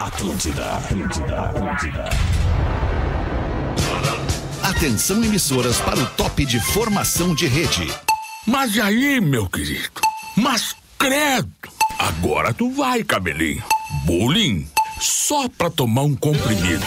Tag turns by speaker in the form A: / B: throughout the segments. A: Atlântida, Atlântida, Atlântida. Atenção emissoras para o top de formação de rede.
B: Mas aí, meu querido? Mas credo! Agora tu vai, cabelinho. Bullying? Só pra tomar um comprimido.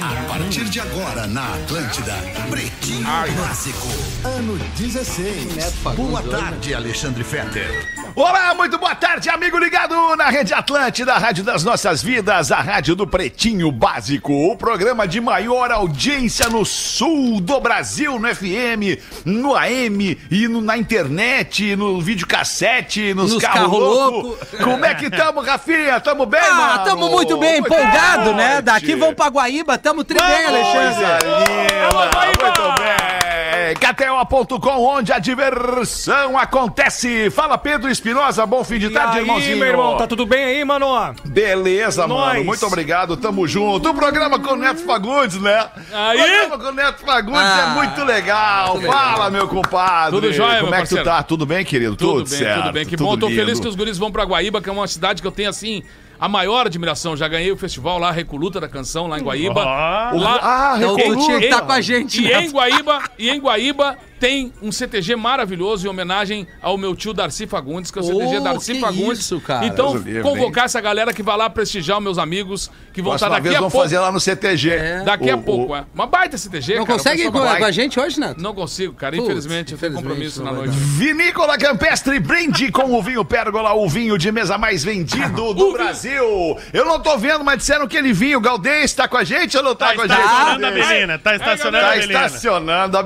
A: A partir de agora, na Atlântida, Pretinho Básico, ano 16. Boa tarde, Alexandre Fetter.
C: Olá, muito boa tarde, amigo ligado na Rede Atlântida, a Rádio das Nossas Vidas, a Rádio do Pretinho Básico, o programa de maior audiência no sul do Brasil, no FM, no AM e no- na internet, no videocassete, nos,
D: Nos
C: carros
D: carro
C: louco.
D: louco.
C: Como é que tamo, Rafinha? Tamo bem,
D: Ah,
C: mano?
D: tamo muito bem,
C: Boa
D: empolgado,
C: tarde.
D: né? Daqui vamos pra Guaíba, tamo tri bem,
C: Coisa
D: Alexandre.
C: linda, muito bem. KTO.com, onde a diversão acontece. Fala, Pedro Espinosa, bom fim de
E: Tá
F: E
C: tarde,
F: aí,
C: irmãozinho.
F: meu irmão, tá tudo bem aí, mano?
C: Beleza, mano.
F: Nós.
C: Muito obrigado, tamo junto. O programa com o Neto Fagundes, né?
F: Aí.
C: O programa com o Neto Fagundes é
D: Ah,
C: muito legal. Fala, meu compadre.
E: Tudo jóia,
C: Como
E: meu
C: é que tu
E: parceiro?
C: tá? Tudo bem, querido?
E: Tudo, bem,
C: certo.
E: tudo bem. Que
C: tudo
E: bom, tô
C: lindo.
E: feliz que os guris vão pra Guaíba, que é uma cidade que eu tenho, assim, a maior admiração. Já ganhei o festival lá, Recoluta da Canção, lá em Guaíba.
C: O-
E: Lá,
C: Ah,
D: Então tu
C: Recoluta.
D: tinha que estar com a gente,
E: e
D: né?
E: em Guaíba, e em Guaíba tem um CTG maravilhoso em homenagem ao meu tio Darcy Fagundes, que é o CTG
D: Oh,
E: Darcy
D: que
E: Fagundes.
D: isso, cara.
E: Então,
C: Deus o livre,
E: convocar essa galera que vai lá prestigiar meus amigos, que vão estar
C: Próxima
E: daqui
C: vez
E: a
C: vamos
E: pouco.
C: fazer lá no CTG.
E: Daqui a
C: O-
E: pouco,
C: o-
E: é. Uma baita CTG,
D: Não
E: cara, o
D: consegue ir
E: pessoal
D: com,
E: vai-
D: com a gente hoje, Neto?
E: Não consigo, cara.
D: Putz,
E: Infelizmente, eu tenho um
D: infelizmente,
E: compromisso
D: não
E: na
D: vai
E: noite.
C: Vinícola Campestre brinde com o vinho Pérgola, o vinho de mesa mais
G: Ah,
C: vendido do Brasil. Eu não tô vendo, mas disseram que ele vinho Galdês tá com a gente ou não tá, com a gente?
G: estacionando a
C: Galdês?
G: Belina, tá estacionando
C: Tá
G: a Belina.
C: estacionando a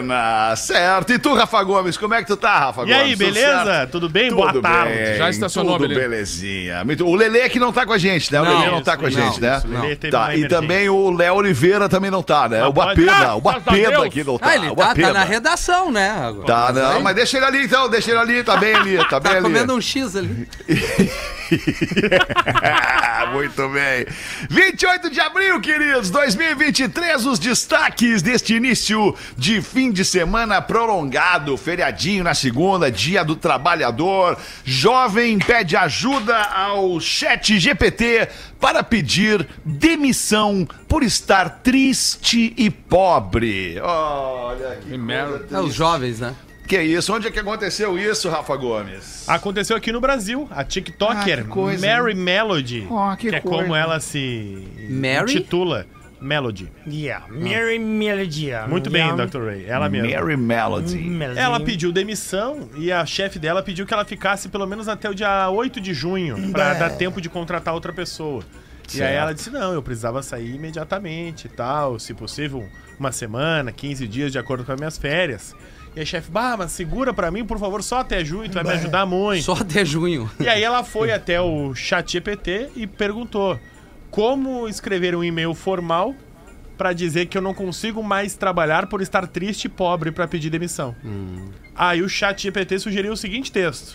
C: Belina. Certo. E tu, Rafa Gomes, como é que tu tá, Rafa
G: E
C: Gomes?
G: aí,
C: Tudo
G: beleza?
C: certo?
G: Tudo bem?
C: Tudo
G: Boa tarde.
C: bem,
E: Já estacionou a
C: tudo
E: Belina.
C: belezinha. Muito- O Lele que não tá com a gente, né? O
D: Não,
C: Lele não tá
G: isso,
C: com a
G: não,
C: gente, né?
G: isso, o Lelê teve
C: Tá,
G: uma
C: e
G: emergência.
C: também o Léo Oliveira também não tá, né? O
G: pode-
C: Bapeda,
G: Ah,
C: o
E: graças a
C: Bapeda
E: Deus.
C: aqui não tá.
D: Ah, ele
C: o
D: tá, tá
C: Bapeda.
D: na redação, né? Agora.
C: Tá, não, mas deixa ele ali então, deixa ele ali, tá bem ali, tá bem
D: Tá
C: ali.
D: comendo um X ali.
C: Ah, Muito bem. 28 de abril, queridos, 2023, os destaques deste início de fim de semana prolongado, feriadinho na segunda, dia do trabalhador. Jovem pede ajuda ao chat GPT para pedir demissão por estar triste e pobre. Olha que merda.
D: É os jovens, né?
C: Que isso? Onde é que aconteceu isso, Rafa Gomes?
G: Aconteceu aqui no Brasil. A
C: Ah,
G: TikToker
C: que coisa,
G: Mary Melody,
C: Ó, que
G: que, é
C: coisa.
G: como ela se
D: Mary?
G: titula. Melody.
F: Yeah, Mary Melody.
G: Muito bem, Dr. Ray. Ela mesma.
C: Mary Melody.
G: Ela pediu demissão e a chefe dela pediu que ela ficasse pelo menos até o dia 8 de junho, pra dar tempo de contratar outra pessoa. E aí ela disse: não, eu precisava sair imediatamente e tal, se possível, uma semana, 15 dias, de acordo com as minhas férias. E a chefe, bah, mas segura pra mim, por favor, só até junho, tu vai me ajudar muito.
D: Só até junho.
G: E aí ela foi até o chat GPT e perguntou como escrever um e-mail formal pra dizer que eu não consigo mais trabalhar por estar triste e pobre pra pedir demissão. Aí o chat GPT sugeriu o seguinte texto.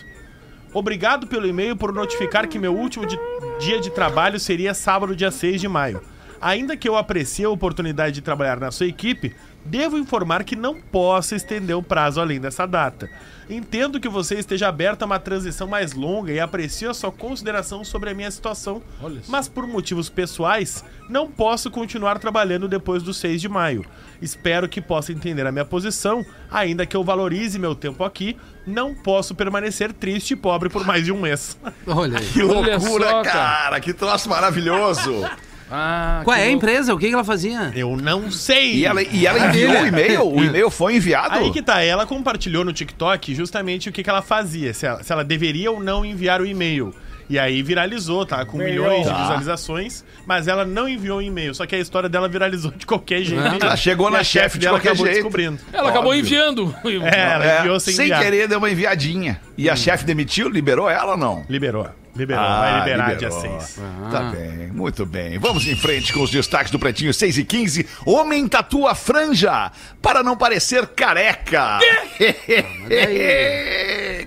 G: Obrigado pelo e-mail por notificar que meu último de- dia de trabalho seria sábado, dia 6 de maio. Ainda que eu aprecie a oportunidade de trabalhar na sua equipe, devo informar que não posso estender o prazo além dessa data. Entendo que você esteja aberto a uma transição mais longa e aprecio a sua consideração sobre a minha situação, mas por motivos pessoais, não posso continuar trabalhando depois do 6 de maio. Espero que possa entender a minha posição, ainda que eu valorize meu tempo aqui, não posso permanecer triste e pobre por mais de um mês.
D: Olha aí.
C: Que
E: Olha
C: loucura,
E: só,
C: cara.
E: cara.
C: Que troço maravilhoso!
E: Ah,
D: Qual
E: que
D: é a
E: louco.
D: empresa? O que que ela fazia?
G: Eu não sei.
C: E ela, e ela enviou o e-mail?
E: Hum.
C: O e-mail foi enviado?
G: Aí que tá, ela compartilhou no TikTok justamente o que, que ela fazia, se ela, se ela deveria ou não enviar o e-mail. E aí viralizou, tá? Com milhões de visualizações, mas ela não enviou o e-mail. Só que a história dela viralizou de qualquer jeito.
C: Ela chegou
G: E
C: na
G: a
C: chefe de qualquer
G: acabou
C: jeito.
G: descobrindo.
E: Ela acabou Ah,
C: Óbvio.
E: enviando.
G: É, ela
C: É,
G: enviou sem,
C: sem
G: enviar.
C: querer deu uma enviadinha. E a
E: Hum.
C: chefe demitiu, liberou ela ou não?
G: Liberou. Liberou.
C: Ah,
G: Vai liberar
C: liberou.
G: dia 6.
E: Ah.
C: Tá bem, muito bem. Vamos em frente com os destaques do Pretinho 6 e 15. Homem tatua franja para não parecer careca.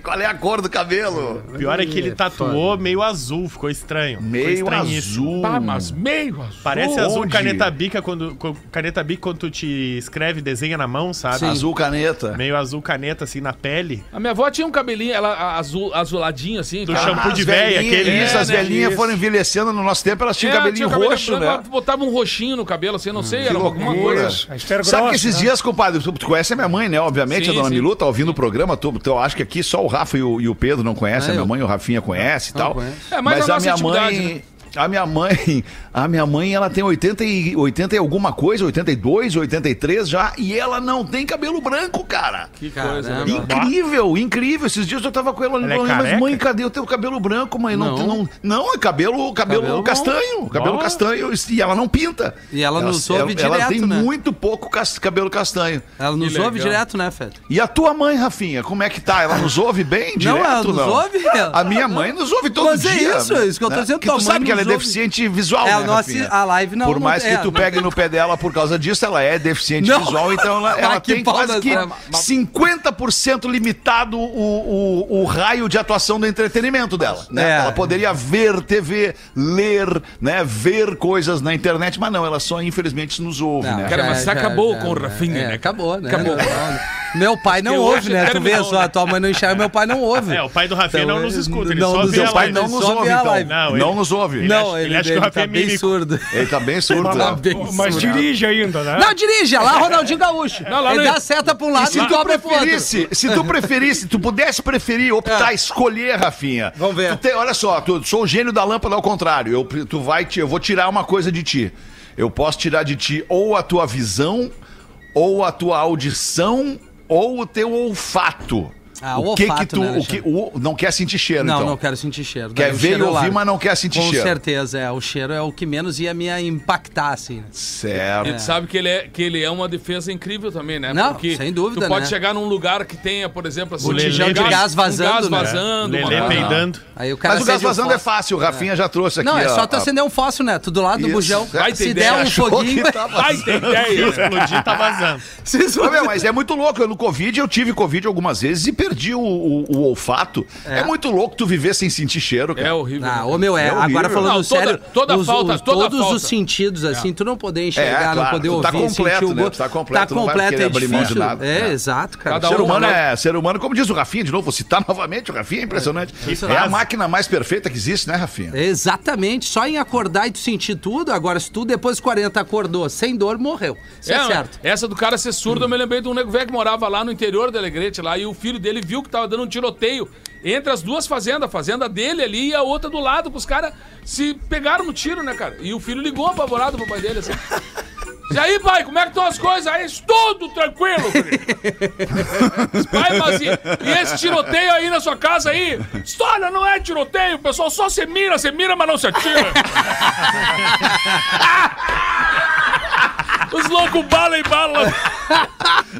C: qual é a cor do cabelo?
G: O pior é que ele tatuou meio azul, ficou estranho. Ficou
C: Meio
G: estranhíssimo.
C: azul.
E: Pá, mas meio azul.
G: Parece azul
C: Onde?
G: caneta bica quando co- caneta bica quando tu te escreve, desenha na mão, sabe?
C: Azul caneta.
G: Meio azul caneta assim na pele.
E: A minha avó tinha um cabelinho, ela a- azul, azuladinho assim.
G: Do
E: tá?
G: shampoo
C: Ah, as
G: de véia,
C: velhinhas-
G: aquele-
C: Isso,
E: É,
C: as
E: né?
C: velhinhas
G: Isso.
C: foram envelhecendo no nosso tempo, elas tinham
E: É,
C: cabelo
E: cabelo
C: roxo,
E: branco,
C: né?
E: ela Botava um roxinho no cabelo, assim, eu não sei,
C: Que
E: era alguma
C: loucura.
E: coisa.
F: Espero
C: Sabe que esses dias, compadre, tu, tu conhece a minha mãe, né? Obviamente,
E: é né?
C: a
E: Sim,
C: dona
E: sim.
C: Milu tá ouvindo o programa, tu, tu- eu acho que aqui só o Rafa e o, e o Pedro não conhecem,
D: Ah,
C: a minha
D: eu-
C: mãe e o Rafinha conhece e
D: Não
C: tal.
D: conhece.
E: É, mas
C: mas
E: a
C: a, minha
E: nossa intimidade,
C: mãe.
E: né?
C: A minha mãe, a minha mãe, ela tem 80 e, 80 e alguma coisa, 82, 83 já, e ela não tem cabelo branco, cara.
D: Que
C: né?
D: coisa.
C: Incrível, incrível. Esses dias eu tava com ela
G: Ela é
C: olhando, mas
G: careca?
C: mãe, cadê o teu cabelo branco, mãe? Não, não,
D: Não.
C: não, é cabelo, cabelo,
D: Cabelo bom.
C: castanho, cabelo
G: Ó.
C: castanho, e ela não pinta.
D: E ela não soube
C: ela, ela tem
D: direto, né?
C: muito pouco cas- cabelo castanho.
D: Ela nos
E: Que
D: ouve
E: legal.
D: direto, né, Fed?
C: E a tua mãe, Rafinha, como é que tá? Ela nos ouve bem direto,
D: ela nos ouve?
C: A minha mãe nos ouve todo
D: Mas é
C: dia.
D: isso, é isso que eu tô
C: né?
D: dizendo,
C: Porque
D: tua
C: tu
D: mãe
C: sabe que ela é
D: nos ouve.
C: deficiente visual,
D: Ela
C: né,
D: não
C: Rafinha?
D: assi- a live não,
C: Por
D: não-
C: mais
D: é,
C: que tu
D: não-
C: pegue no pé dela por causa disso, ela é deficiente
D: Não.
C: visual, então ela, ela
D: Mas que
C: tem
D: pau
C: quase
D: das
C: que
D: trevas.
C: 50% limitado o, o, o raio de atuação do entretenimento dela. né?
D: É.
C: Ela poderia ver TV, ler, né, ver coisas na internet, mas não, ela só infelizmente nos ouve,
D: Não,
C: né?
E: Cara,
D: já-
E: mas você
D: já-
E: acabou
D: já-
E: com o Rafinha,
D: é,
E: né?
D: Acabou, né?
E: Acabou.
D: Não, não, não. Meu pai não
E: Eu acho
D: ouve,
E: que
D: né? Tu vê
E: terminou,
D: só,
E: né?
D: tua mãe não enxerga, meu pai não ouve.
G: É, o pai do Rafinha
D: Então,
G: não nos escuta, ele
D: não
G: só
D: nos
G: vê a
C: Seu pai
G: live.
C: não
D: ele
C: nos
D: só
C: ouve,
D: vê a
C: então.
D: live.
C: Não,
G: Não, ele-
C: nos ouve.
D: Não,
G: Ele
D: ele,
G: acha que
D: ele
G: o Rafa é
D: tá bem
G: mímico.
D: surdo.
C: Ele tá bem surdo.
D: Tá
C: né?
D: bem
F: Mas
D: surdo.
F: dirige ainda, né?
D: Não, dirige, é lá Ronaldinho Gaúcho.
E: Não, lá
D: ele
E: no-
D: dá a seta pra um lado
C: E
D: e,
C: se tu
D: dobra pro outro.
C: preferisse, se tu preferisse, tu pudesse preferir, optar, escolher, Rafinha.
D: É. Vamos ver.
C: Tu tem- olha só, tu sou o gênio da lâmpada ao contrário. Eu, tu vai, te- eu vou tirar uma coisa de ti. Eu posso tirar de ti ou a tua visão, ou a tua audição, ou o teu olfato.
D: Ah, o
C: que que
D: olfato,
C: tu,
D: né,
C: o que, o- não quer sentir cheiro,
D: Não,
C: então.
D: não quero sentir cheiro.
C: Quer
D: Daí o
C: ver e
D: cheiro eu
C: ouvir,
D: largo.
C: mas não quer sentir
D: Com
C: cheiro.
D: certeza, é. O cheiro é o que menos ia me impactar, assim. né?
E: A
C: Certo.
E: gente sabe que ele, é, que ele é uma defesa incrível também, né?
D: Não, sem dúvida,
E: Tu pode
D: né?
E: chegar num lugar que tenha, por exemplo, assim,
G: O tijão de
D: gás vazando,
E: Um gás
D: né?
E: vazando, uma
G: Lelê
E: coisa-
G: peidando.
D: Aí o cara
C: Mas o gás
D: acende
C: vazando é
D: fósforo.
C: fácil, o Rafinha já trouxe aqui.
D: Não, é
C: a-
D: só tu
C: a-
D: acender um fósforo, né? Tu do lado
C: Isso.
D: do bujão.
C: Vai
D: Se
E: ter
D: der
E: ideia,
D: um
C: Achou que
D: foguinho.
C: tá vazando.
E: Vai ter ideia, né?
G: Explodir, tá vazando.
D: se isso-
C: Ô, meu, mas é muito louco. Eu, no Covid, eu tive Covid algumas vezes e perdi o, o- o olfato. É. muito louco tu viver sem sentir cheiro, cara.
E: É horrível.
D: Ah, ô meu, é.
C: É horrível.
D: agora falando
E: Não, toda-
D: sério,
E: toda falta, toda
D: todos
E: falta.
D: os sentidos, assim, tu não poder enxergar,
C: É, claro,
D: não poder
C: tu tá
D: ouvir,
C: completo,
D: sentir o
C: né?
D: gosto.
C: Tu tá completo,
D: tá
C: não vai
D: completo
C: querer
D: é
C: abrir mão de
D: difícil.
C: nada.
D: É,
C: É.
D: exato, cara.
E: Cada
C: Ser
E: um-
C: humano é ser humano, como diz o Rafinha, de novo, vou citar novamente o Rafinha, é impressionante. É, a
G: frase.
C: máquina mais perfeita que existe, né,
E: É.
C: Rafinha?
D: Exatamente, só em acordar e tu sentir tudo. Agora, se tu depois de 40 acordou sem dor, morreu. Isso é,
E: É,
D: certo.
E: Essa do cara ser surdo, eu me lembrei de um nego velho que morava lá no interior da Alegrete, lá, e o filho dele viu que tava dando um tiroteio entre as duas fazendas, a fazenda dele ali e a outra do lado, que os caras se pegaram no tiro, né, cara? E o filho ligou apavorado pro pai dele, assim. E aí, pai, como é que estão as coisas? Aí, tudo tranquilo, querido. Pai, mas e, assim, e esse tiroteio aí na sua casa aí? História não é tiroteio, pessoal, só se mira, se mira, mas não se atira. Os loucos bala em bala.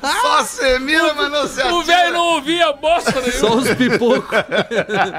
C: Só você mira, mas não se
E: O velho não ouvia bosta
D: Só
E: nenhuma.
D: os pipocos.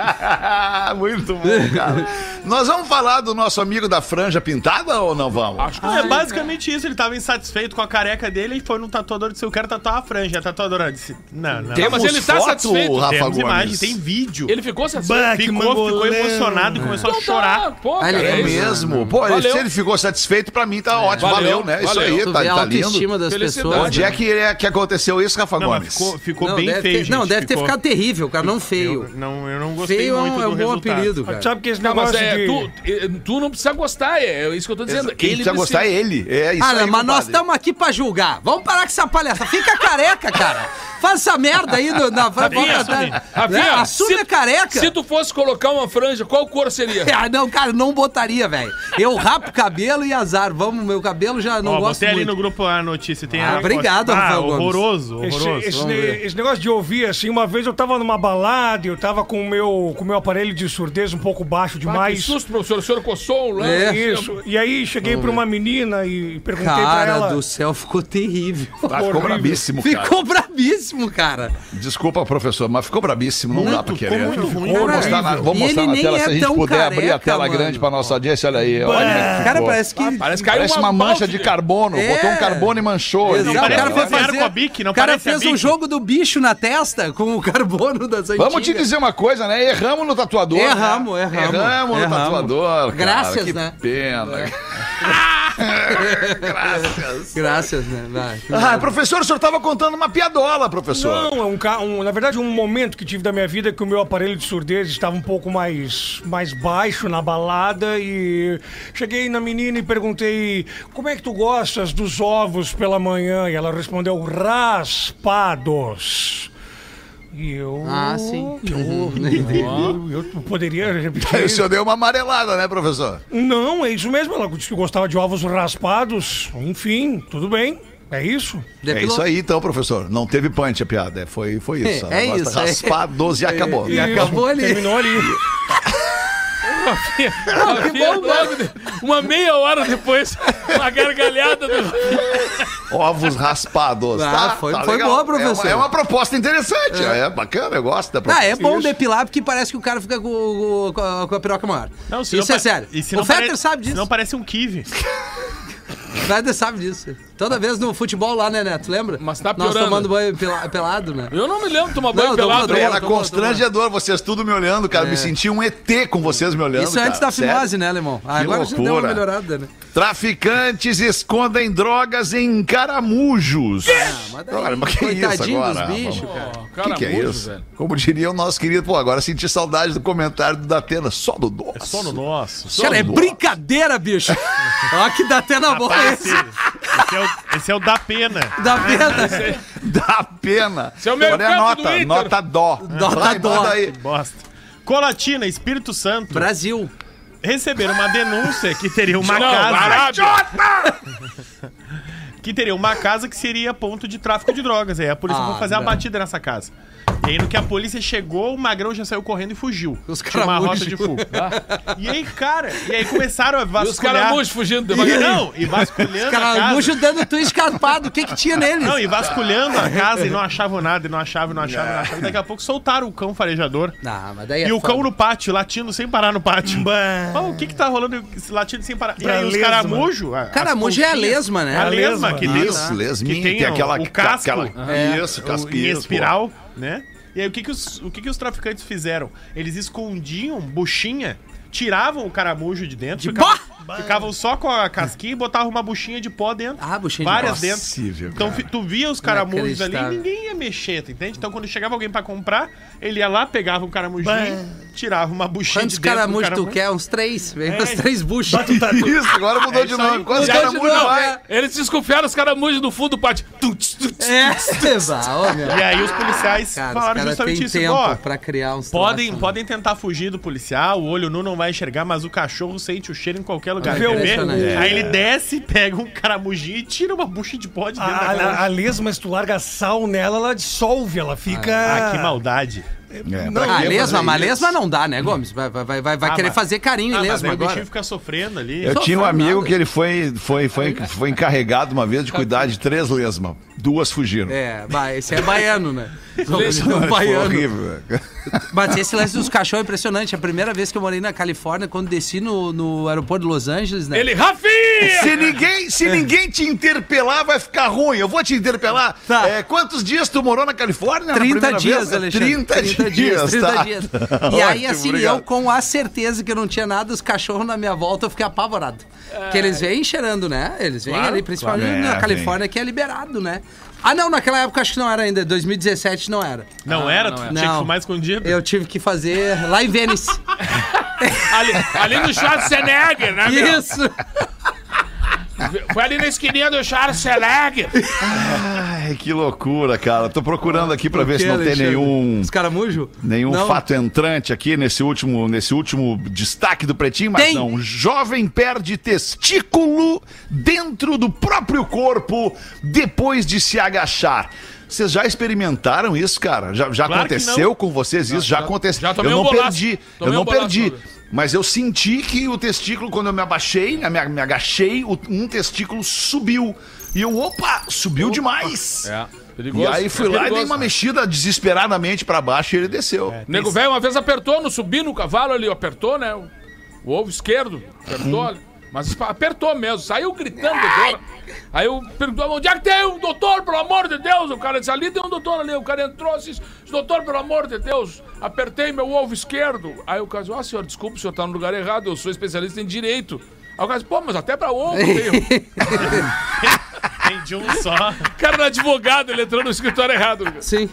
C: Muito bom, cara. Nós vamos falar do nosso amigo da franja pintada ou não vamos?
G: Ah, é basicamente isso. Ele tava insatisfeito com a careca dele e foi num tatuador e disse: Eu quero tatuar a franja. E A tatuadora disse: Não, não.
C: Temos
E: mas ele tá satisfeito.
C: Rafa
G: Temos
C: Gomes.
G: imagem, tem vídeo.
E: Ele ficou satisfeito.
G: Bah, ficou, ficou emocionado e começou a chorar.
E: tá. Pô,
D: Ah, ele
E: cara,
C: É
E: é isso.
C: mesmo. Pô, ele-
E: Valeu. É,
C: se ele ficou satisfeito, pra mim tá ótimo. Valeu,
E: Valeu,
C: né? Isso
E: valeu.
C: aí,
D: Tu
C: tá,
D: vê a
C: tá lindo.
D: autoestima das
E: Felicidade.
D: pessoas. né?
C: Onde é que, é que aconteceu isso, Rafa
G: Não, mas
C: Gomes?
G: ficou, ficou
D: Não,
G: bem
D: deve
G: feio,
D: ter-
G: gente.
D: Não, deve ter
G: Ficou-
D: ficado terrível, cara. Não feio.
G: Eu não, eu não gostei
D: Feio é
G: muito
D: um, é
G: do
D: um bom
G: resultado.
D: apelido, cara.
F: Sabe que esse
E: Não, mas
F: negócio
E: é,
F: de...
E: tu, eh, tu não precisa gostar, é, é isso que eu tô dizendo.
C: Quem precisa gostar é ele. É isso
D: Ah,
C: aí,
D: não, mas nós
C: compadre.
D: estamos aqui pra julgar. Vamos parar com essa palhaça. Fica careca, cara. Faz essa merda aí no, na vai-
G: Rafinha,
D: vai-
G: assume.
D: né?
E: Rafinha,
D: Assume
E: se-
D: a careca.
E: Se tu fosse colocar uma franja, qual cor seria?
D: Ah, não, cara, não botaria, velho. Eu rapo o cabelo e azar. Vamos, meu cabelo já não
G: Ó,
D: gosto
G: botei ali
D: muito.
G: no grupo a notícia. Tem
D: Ah,
G: a
D: obrigado,
G: ah,
D: Rafael Gomes.
G: horroroso,
F: Esse,
G: horroroso.
F: esse
D: vamos
F: ne-
D: ver.
F: esse negócio de ouvir, assim, uma vez eu tava numa balada e eu tava com o meu, com o meu aparelho de surdez um pouco baixo demais.
E: susto, professor. O senhor coçou o lance.
D: É.
F: Isso. E aí cheguei pra uma menina e perguntei pra
D: Cara
F: ela.
D: do céu, ficou terrível.
C: Ah, ficou brabíssimo, cara.
D: Ficou brabíssimo, cara.
C: Desculpa, professor, mas ficou brabíssimo. Não dá pra querer.
G: muito ruim,
C: Vou mostrar na, vou
D: né? E
C: mostrar
D: ele
C: na
D: nem
C: tela
D: é
C: se a gente
D: tão
C: puder abrir a
D: careca,
C: tela
D: mano.
C: grande pra nossa audiência. Olha aí. Olha que
D: Cara,
C: ficou.
D: parece que.
E: Parece que caiu
C: Ah, Parece uma mancha de carbono.
D: É.
C: Botou um carbono e manchou.
D: Exato.
C: ali,
G: parece
C: cara.
G: que foi desenharam com a Bic, não
D: o cara
G: parece a
D: fez um
G: Bic.
D: jogo do bicho na testa com o carbono das antigas.
C: Vamos te dizer uma coisa, né? Erramos no tatuador.
D: Erramos,
C: né?
D: erramos,
C: Erramos no
D: erramos.
C: tatuador. Cara.
D: Graças,
C: que
D: né?
C: Pena. Graças.
D: Graças, né? Vai, que
C: Ah, professor, o senhor estava contando uma piadola, professor.
F: Não, é um, ca- um- na verdade, um momento que tive da minha vida que o meu aparelho de surdez estava um pouco mais, mais baixo na balada e cheguei na menina e perguntei como é que tu gostas dos ovos pela manhã? E ela respondeu raspados. E eu.
D: Ah, sim.
F: Eu, eu, eu poderia
C: Aí
F: repetir.
C: o senhor deu uma amarelada, né, professor?
F: Não, é isso mesmo. Ela disse que gostava de ovos raspados. Enfim, tudo bem. É isso?
C: É
D: Depilo-
C: isso aí, então, professor. Não teve punch a piada. É, Foi, foi isso.
D: É, é
C: Ela
D: isso, é.
C: Raspar 12 e acabou.
D: E acabou ali.
F: Terminou ali.
E: Rafinha, logo de- Uma meia hora depois, uma gargalhada do
C: Ovos raspados.
D: Ah,
C: tá?
D: foi-
C: Tá
D: foi
C: legal.
D: boa, professor.
C: É uma, é uma proposta interessante. É. bacana, eu gosto da
D: Ah,
C: proposta.
D: é bom depilar porque parece que o cara fica com, com a- com a piroca maior.
G: se
D: Isso é
G: pare-
D: sério.
G: e se
D: o
G: não
D: Fetter
G: pare-
D: sabe
G: se
D: disso.
G: não parece um kiwi.
D: O Fetter sabe disso. Toda vez no futebol lá, né, Neto? Lembra?
E: Mas tá
D: Nós
E: piorando.
D: tomando banho pela- pelado, né?
E: Eu não me lembro de tomar banho
D: Não,
E: pelado.
D: tomou,
C: Era
D: tomou, tomou.
C: constrangedor, vocês tudo me olhando, cara. Me senti um ET com vocês me olhando.
D: É. Isso é antes
C: cara.
D: da fimose,
C: Sério.
D: né, Lemão? Ah,
C: Que
D: Agora já deu uma
C: loucura.
D: melhorada, né?
C: Traficantes escondem drogas em caramujos.
D: Ah, mas daí,
C: Olha, mas que isso
D: coitadinho
C: agora?
D: dos bichos,
C: Vamos-
D: cara.
C: O que, que é isso? Como diria o nosso querido, pô, agora senti saudade do comentário do Datena, só do nosso.
G: É Só no nosso.
D: Cara, é
C: Nossa.
D: brincadeira, bicho. Olha que dá até na boca
G: Esse,
D: esse.
G: esse é o, esse é o da pena.
D: Dá pena.
C: Dá pena.
E: é o meio
C: Olha a
E: campo do
C: nota,
E: Inter.
C: nota dó.
D: Nota
C: Vai,
D: dó.
C: manda aí.
G: Bosta. Colatina, Espírito Santo,
D: Brasil.
G: receberam uma denúncia que teria uma
E: Não,
G: casa.
E: Arábia.
G: que teria uma casa que seria ponto de tráfico de drogas. Aí a polícia
D: Ah,
G: foi fazer
D: não.
G: uma batida nessa casa. E aí, no que a polícia chegou, o Magrão já saiu correndo e fugiu.
D: Os
G: Tinha uma rota
D: caramujos.
G: de fuga. E aí, cara, e aí começaram a
E: E os
G: vasculhar.
E: caramujos fugindo
G: E
E: devagarinho.
G: não, e vasculhando a
D: Cara,
G: casa.
D: bucho dando tu escarpado. O que que tinha neles?
G: Não, e vasculhando a casa e não achavam nada, e não achavam, e não achavam, e não achavam. Daqui a pouco soltaram o cão farejador.
D: Não, mas daí é
G: E o
D: foda.
G: cão no pátio, latindo sem parar no pátio. Ah, o que que tá rolando esse latindo sem parar? E aí, os
F: Lesma.
G: caramujos.
D: Caramujo é a lesma, né?
G: A lesma
C: Ah,
F: lesma.
G: que tem
C: Isso, lesminha,
G: que tem
C: tem
G: o-
C: aquela...
G: o casco.
C: aquela- Isso,
G: o-
C: casquinha.
G: em espiral, né? E aí o que que, os, o que que os traficantes fizeram? Eles escondiam buchinha, tiravam o caramujo de dentro, ficavam, ficavam só com a casquinha e botavam uma buchinha de pó dentro.
D: Ah, buchinha de
G: Várias
D: pó.
G: dentro.
C: Possível,
G: então
C: cara.
G: fi- tu via os caramujos ali e
D: Inacreditável.
G: ninguém ia mexer, tu entende? Então quando chegava alguém pra comprar, ele ia lá, pegava o caramujinho, tirava uma buchinha
D: Quantos
G: de dentro. do É.
D: caramujos tu
G: caramujo.
D: quer? Uns três. Vem com os três buchos.
G: um
C: Isso, agora mudou de nome. Quase
E: Mudou de
C: caramujo
E: nome,
C: vai.
D: é.
E: Eles desconfiaram os caramujos do fundo do pátio. Tum, tss, tum, tss.
D: É, vá, ô, meu.
G: E aí os policiais
D: Cara, os
G: falaram
D: caras têm
G: justamente isso.
D: tempo
G: Ó,
D: pra criar uns
G: Podem,
D: troços, né?
G: podem tentar fugir do policial, o olho nu não vai enxergar, mas o cachorro sente o cheiro em qualquer lugar.
D: É
G: Quer ver?
D: impressionante.
G: Aí ele desce, pega um caramujinho e tira uma bucha de pó de
F: A,
C: Ah,
G: dentro da
F: a- a
G: cara.
F: lesma, se tu larga sal nela, ela dissolve, ela fica.
G: Ah, que maldade.
C: É,
F: Não,
C: pra
D: Ah,
C: quê
D: lesma,
C: fazer
D: mas
C: isso?
D: lesma não dá, né, Gomes? Vai, vai, vai, vai, vai
G: Ah,
D: querer
G: mas-
D: fazer carinho em
G: Ah, mas
D: lesma
G: aí o
D: agora.
G: bichinho fica sofrendo ali.
C: Eu
D: Só
C: tinha um
D: foi
C: amigo
D: nada. É.
C: que ele foi, foi, foi, foi encarregado uma vez de cuidar de três lesmas. Duas fugiram.
D: É, vai, esse é baiano, né?
C: Foi
D: Um baiano.
C: horrível.
D: Mas esse lance dos cachorros é impressionante. A primeira vez que eu morei na Califórnia, quando desci no, no aeroporto de Los Angeles, né?
E: Ele, Rafinha!
C: Se ninguém, se ninguém te interpelar, vai ficar ruim. Eu vou te interpelar.
D: Tá.
C: É, quantos dias tu morou na Califórnia? na
D: 30
C: é primeira
D: dias,
C: vez?
D: Alexandre.
C: 30, dias,
D: 30
C: tá?
D: dias. E
C: Ótimo,
D: aí, assim,
C: obrigado.
D: eu com a certeza que não tinha nada, os cachorros na minha volta, eu fiquei apavorado. Porque eles vêm cheirando, né? Eles vêm ali, principalmente
C: claro.
D: na
C: É,
D: Califórnia, que é liberado, né? Ah, não, naquela época acho que não era ainda. 2017 não era.
G: Não era?
E: não
G: tu
E: é.
G: tinha que
D: Ah, Não.
G: fumar escondido?
D: Eu tive que fazer lá em Vênice.
E: Ali, ali no Schwarzenegger,
C: É
E: né, meu?
D: Isso!
E: Foi ali na esquininha do Schwarzenegger.
C: Ai, que loucura, cara. Tô procurando aqui pra ver se não tem
D: Alexandre?
C: nenhum.
D: Os caramujo?
C: Nenhum
D: Não.
C: fato entrante aqui nesse último, nesse último destaque do Pretinho, mas
D: Tem.
C: não. Jovem perde testículo dentro do próprio corpo depois de se agachar. Vocês já experimentaram isso, cara? Já, já
G: Claro que
C: aconteceu com vocês isso? Já, aconteceu.
E: já tomei
C: eu
E: um
C: não
E: bolaço.
C: perdi.
E: Tomei
C: eu
E: um
C: não
E: bolaço
C: perdi.
E: uma vez.
C: Mas eu senti que o testículo, quando eu me abaixei, né, me, me agachei, o- um testículo subiu. E eu, opa, subiu demais.
E: É, perigoso.
C: E aí fui
E: É
C: lá e
E: perigoso. É.
C: dei uma mexida desesperadamente pra baixo e ele desceu.
E: O nego velho uma vez apertou no subir no cavalo ali, apertou, né? O, o ovo esquerdo, apertou ali. Mas apertou mesmo, saiu gritando de dor. Aí eu perguntou, onde é que tem um doutor, pelo amor de Deus? O cara disse, ali tem um doutor ali. O cara entrou assim, disse, doutor, pelo amor de Deus, apertei meu ovo esquerdo. Aí o cara disse, ó senhor, desculpa, o senhor tá no lugar errado, eu sou especialista em direito. Aí o cara disse, pô, mas até pra ovo, veio.
G: Tem de um só.
E: O cara era advogado, ele entrou no escritório errado.
D: Sim.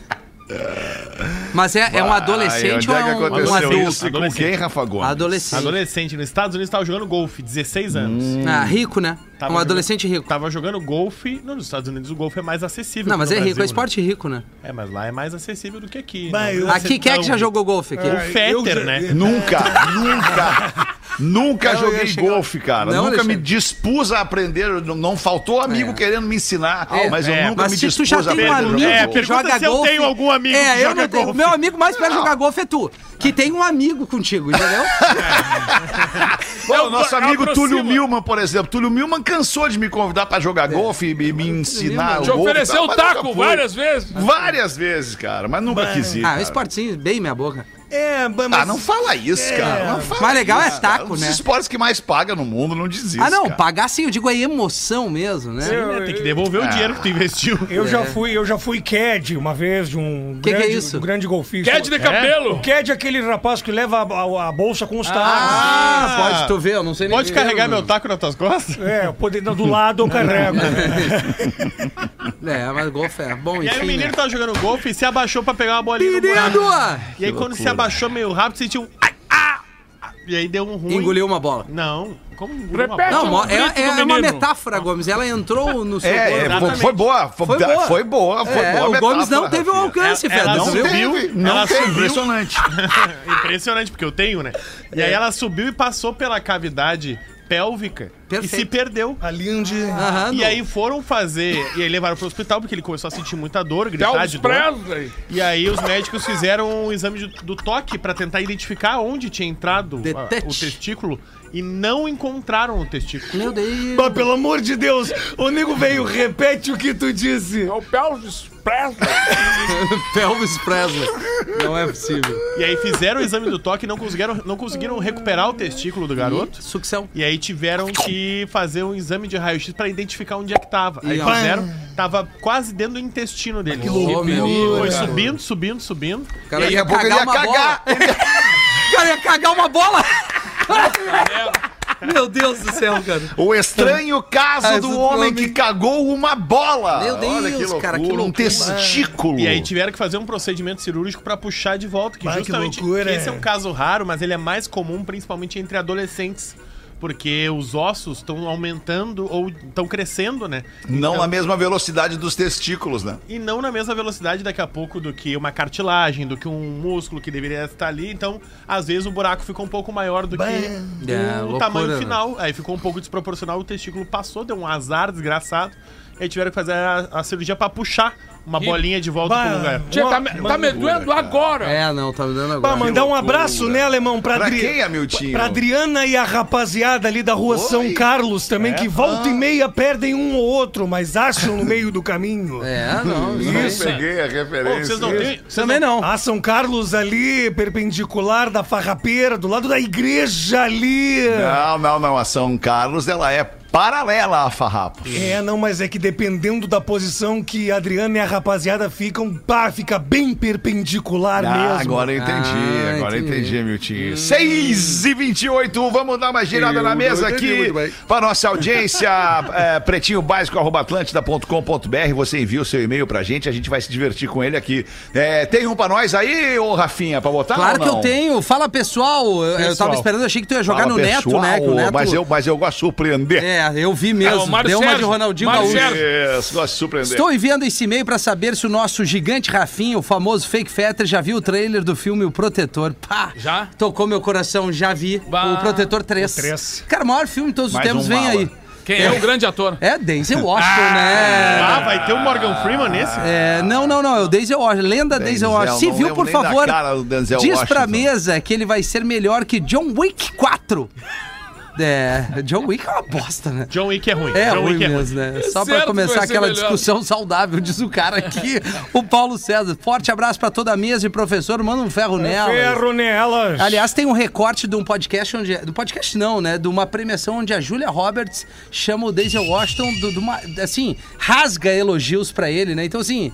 D: Mas é, é um adolescente ou
C: Aí, onde
D: é
C: é que
D: um, um
C: aconteceu
D: adulto?
C: isso? E Com
G: Adolescente.
C: quem, Rafa Gomes?
D: Adolescente.
G: Adolescente nos Estados Unidos tava jogando golfe, 16 anos.
D: Ah, rico, né?
G: Tava
D: um adolescente
G: jogando-
D: rico.
G: Tava jogando golfe. Não, nos Estados Unidos o golfe é mais acessível.
D: Não,
G: que
D: mas
G: no
D: é rico,
G: Brasil,
D: é esporte rico, né?
G: né? É, mas lá é mais acessível do que aqui.
F: Mas
G: né?
F: eu-
D: Aqui, quem é que já jogou golfe aqui?
G: O
F: É. eu
G: Fetter,
F: já-
G: né?
C: Nunca, nunca, nunca
D: Não, eu ia
C: joguei
D: chegar-
C: golfe, cara.
D: Não,
C: nunca me
D: Alexandre.
C: dispus a aprender. Não, não faltou amigo
D: É.
C: querendo me ensinar, mas eu
G: é,
C: nunca
D: Mas
C: me
D: se
C: dispus
D: tu já tem um
C: a aprender.
D: amigo
C: a
G: É,
C: jogar
D: que
G: pergunta
D: joga
G: se eu
D: golfe...
G: tenho algum amigo
D: é,
G: que
D: eu
G: joga
D: não tenho-
G: golfe. Ah.
D: Meu amigo mais perto de jogar golfe é tu, que tem um amigo contigo, entendeu?
C: Bom,
E: É o-
C: nosso
E: é o
C: amigo
E: aproxima.
C: Túlio Milman, por exemplo. Túlio Milman cansou de me convidar pra jogar golfe e me- me ensinar.
D: É. Milman.
C: o
E: Te
C: golfe e
E: ofereceu
C: tal,
E: o
C: mas nunca
E: taco
C: fui.
E: várias vezes.
C: Várias vezes, cara, mas nunca quis ir.
D: ah, um
C: cara.
D: esportezinho bem minha boca.
F: É, mas...
C: Ah, não fala isso, cara. Não fala
D: Mas legal é
C: isso, cara.
D: taco,
C: Um dos
D: né?
C: esportes que mais paga no mundo, não desiste.
D: ah, não,
C: cara.
D: pagar sim, eu digo é emoção mesmo, né?
F: Eu-
G: Tem que devolver o dinheiro que tu investiu.
F: Eu já fui, eu já fui CAD uma vez de um
D: Que que é
F: grande,
D: isso?
F: um grande golfista.
E: Quer de cabelo.
F: O CAD é aquele rapaz que leva a, a- a bolsa com os tacos.
D: Ah, pode tu ver, eu não sei nem...
G: Pode carregar
D: eu-
G: meu taco nas tuas costas?
F: É, eu poder, do lado eu carrego.
D: É, mas golfe é bom,
G: E aí o
D: enfim, né?
G: menino tava jogando golfe e se abaixou pra pegar uma bolinha no buraco.
D: Menino!
G: E aí quando se abaixou meio rápido, sentiu um... ai, ah, ah, E aí deu um ruim.
D: Engoliu uma bola.
G: Não. Como engoliu uma
E: Repete
D: Não,
E: um
D: mo- é,
E: grito
D: é
E: do
D: uma
E: menino.
D: metáfora, Gomes. Ela entrou no seu
C: É,
D: corpo.
C: é, foi, foi boa. Foi,
D: Foi
C: foi
D: boa.
C: boa, foi boa. boa
D: É, o
C: metáfora,
D: Gomes não teve o
C: Rafinha.
D: alcance,
G: Ela- ela
D: Fedor.
C: Não
D: viu?
C: teve, não
G: Ela
C: teve.
G: subiu.
C: Impressionante.
G: É Impressionante, porque eu tenho, né? E aí ela subiu e passou pela cavidade pélvica
D: Perfeito.
G: e se perdeu.
F: Ali onde...
D: Aham,
G: E
D: não.
G: aí foram fazer, e aí levaram pro hospital, porque ele começou a sentir muita dor,
E: Dá
G: gritar
E: uns
G: de dor.
E: presos aí.
G: E aí os médicos fizeram um exame de- do toque pra tentar identificar onde tinha entrado
D: The
G: a- o
D: touch.
G: testículo e não encontraram o testículo.
D: Meu Deus.
F: Mas pelo amor de Deus, o nego veio, repete o que tu disse.
E: É o Pelvis Presley.
D: Pelvis Presley. Não é possível.
G: E aí fizeram o exame do toque e não conseguiram, não conseguiram recuperar o testículo do garoto.
D: Sucção.
G: E aí tiveram que fazer um exame de raio-x pra identificar onde é que tava. Aí
D: E ó.
G: fizeram, tava quase dentro do intestino dele.
D: loucura,
G: Foi
D: cara.
G: subindo, subindo, subindo.
D: O cara
C: Daqui a pouco ele ia cagar.
D: bola. O cara ia cagar uma bola. Meu Deus do céu, cara.
C: O estranho caso
D: Ah,
C: do
D: do
C: homem,
D: homem.
C: que cagou uma bola.
D: Meu Deus, cara, que
C: Um
D: loucura.
C: testículo.
G: E aí tiveram que fazer um procedimento cirúrgico pra puxar de volta, que
F: Bah, que
G: justamente
F: loucura.
G: esse é um caso raro, mas ele é mais comum principalmente entre adolescentes, porque os ossos estão aumentando ou estão crescendo, né?
C: Não na mesma velocidade dos testículos, né?
G: E não na mesma velocidade daqui a pouco do que uma cartilagem, do que um músculo que deveria estar ali, então às vezes o buraco fica um pouco maior do que
D: É,
G: o
D: loucura, né?
G: tamanho final. Aí ficou um pouco desproporcional, o testículo passou, deu um azar desgraçado. E aí tiveram que fazer a, a cirurgia pra puxar uma
E: Que-
G: bolinha de volta pro lugar.
E: Tia, tá, me- tá me doendo agora.
D: É, não, tá me dando
F: Pra
D: agora.
F: mandar um abraço, né, alemão? Pra,
C: Pra
F: Adri-
C: quem, Hamiltinho?
F: pra Adriana e a rapaziada ali da rua
C: Oi.
F: São Carlos também, que volta e meia perdem um ou outro, mas acham no meio do caminho.
D: É, não.
C: Isso. Peguei a
G: Pô,
C: referência.
G: vocês não têm.
D: Também não.
F: A Ah, São Carlos ali, perpendicular da farrapeira, do lado da igreja ali.
C: Não, não, não. A São Carlos, ela é paralela a farrapos.
F: É, não, mas é que dependendo da posição que a Adriana e a rapaziada ficam, pá, fica bem perpendicular
C: Ah,
F: mesmo.
C: agora eu entendi,
D: Ah,
C: agora eu
D: entendi.
C: entendi, Miltinho. 6 e 28 vamos dar uma girada na mesa aqui para nossa audiência, é, pretinhobásico.atlântida.com.br. Você envia o seu e-mail pra gente, a gente vai se divertir com ele aqui. É, tem um pra nós aí, ô Rafinha, pra botar?
D: Claro
C: ou
D: que eu
C: não?
D: tenho. Fala, pessoal. Eu- Eu
G: Pessoal.
D: tava esperando, achei que tu ia jogar
C: Fala,
D: no Neto,
C: pessoal,
D: né? que o Neto...
C: Mas eu, mas eu gosto de surpreender.
D: É, eu vi mesmo.
E: É, o Mário
D: Deu uma de
E: Sérgio.
D: Ronaldinho
E: Mário
D: Gaúcho.
E: Sérgio.
C: Isso, gosto de surpreender.
D: É, Estou enviando esse e-mail para saber se o nosso gigante Rafinha, o famoso fake fetter, já viu o trailer do filme O Protetor. Pá!
E: Já?
D: Tocou meu coração, já vi.
E: Bah.
D: O Protetor 3.
F: O 3.
D: Cara, o maior filme de todos os
C: Mais
D: tempos
C: um
D: vem
C: mala.
D: aí.
E: Quem é o grande ator?
D: É, Daisy Washington, né?
G: Ah, vai ter o Morgan Freeman nesse?
D: É, não, não, não, é o Daisy Washington, lenda Daisy
C: Denzel,
D: Washington. Se
C: não
D: viu,
C: lembro
D: por
C: nem da
D: favor,
C: cara do Denzel
D: diz pra
C: Washington.
D: mesa que ele vai ser melhor que John Wick 4. É, John Wick é uma bosta, né?
G: John Wick é ruim.
D: É
G: John
D: ruim
G: Wick
D: mesmo, né? Só
E: Certo
D: pra
E: que
D: começar
E: vai ser
D: aquela
E: melhor.
D: discussão saudável, diz o cara aqui, o Paulo César. Forte abraço pra toda a mesa e professor, manda um ferro nela.
F: Ferro nelas.
D: Aliás, tem um recorte de um podcast onde. Do podcast não, né? De uma premiação onde a Julia Roberts chama o Denzel Washington do- de uma. Assim, rasga elogios pra ele, né? Então, assim,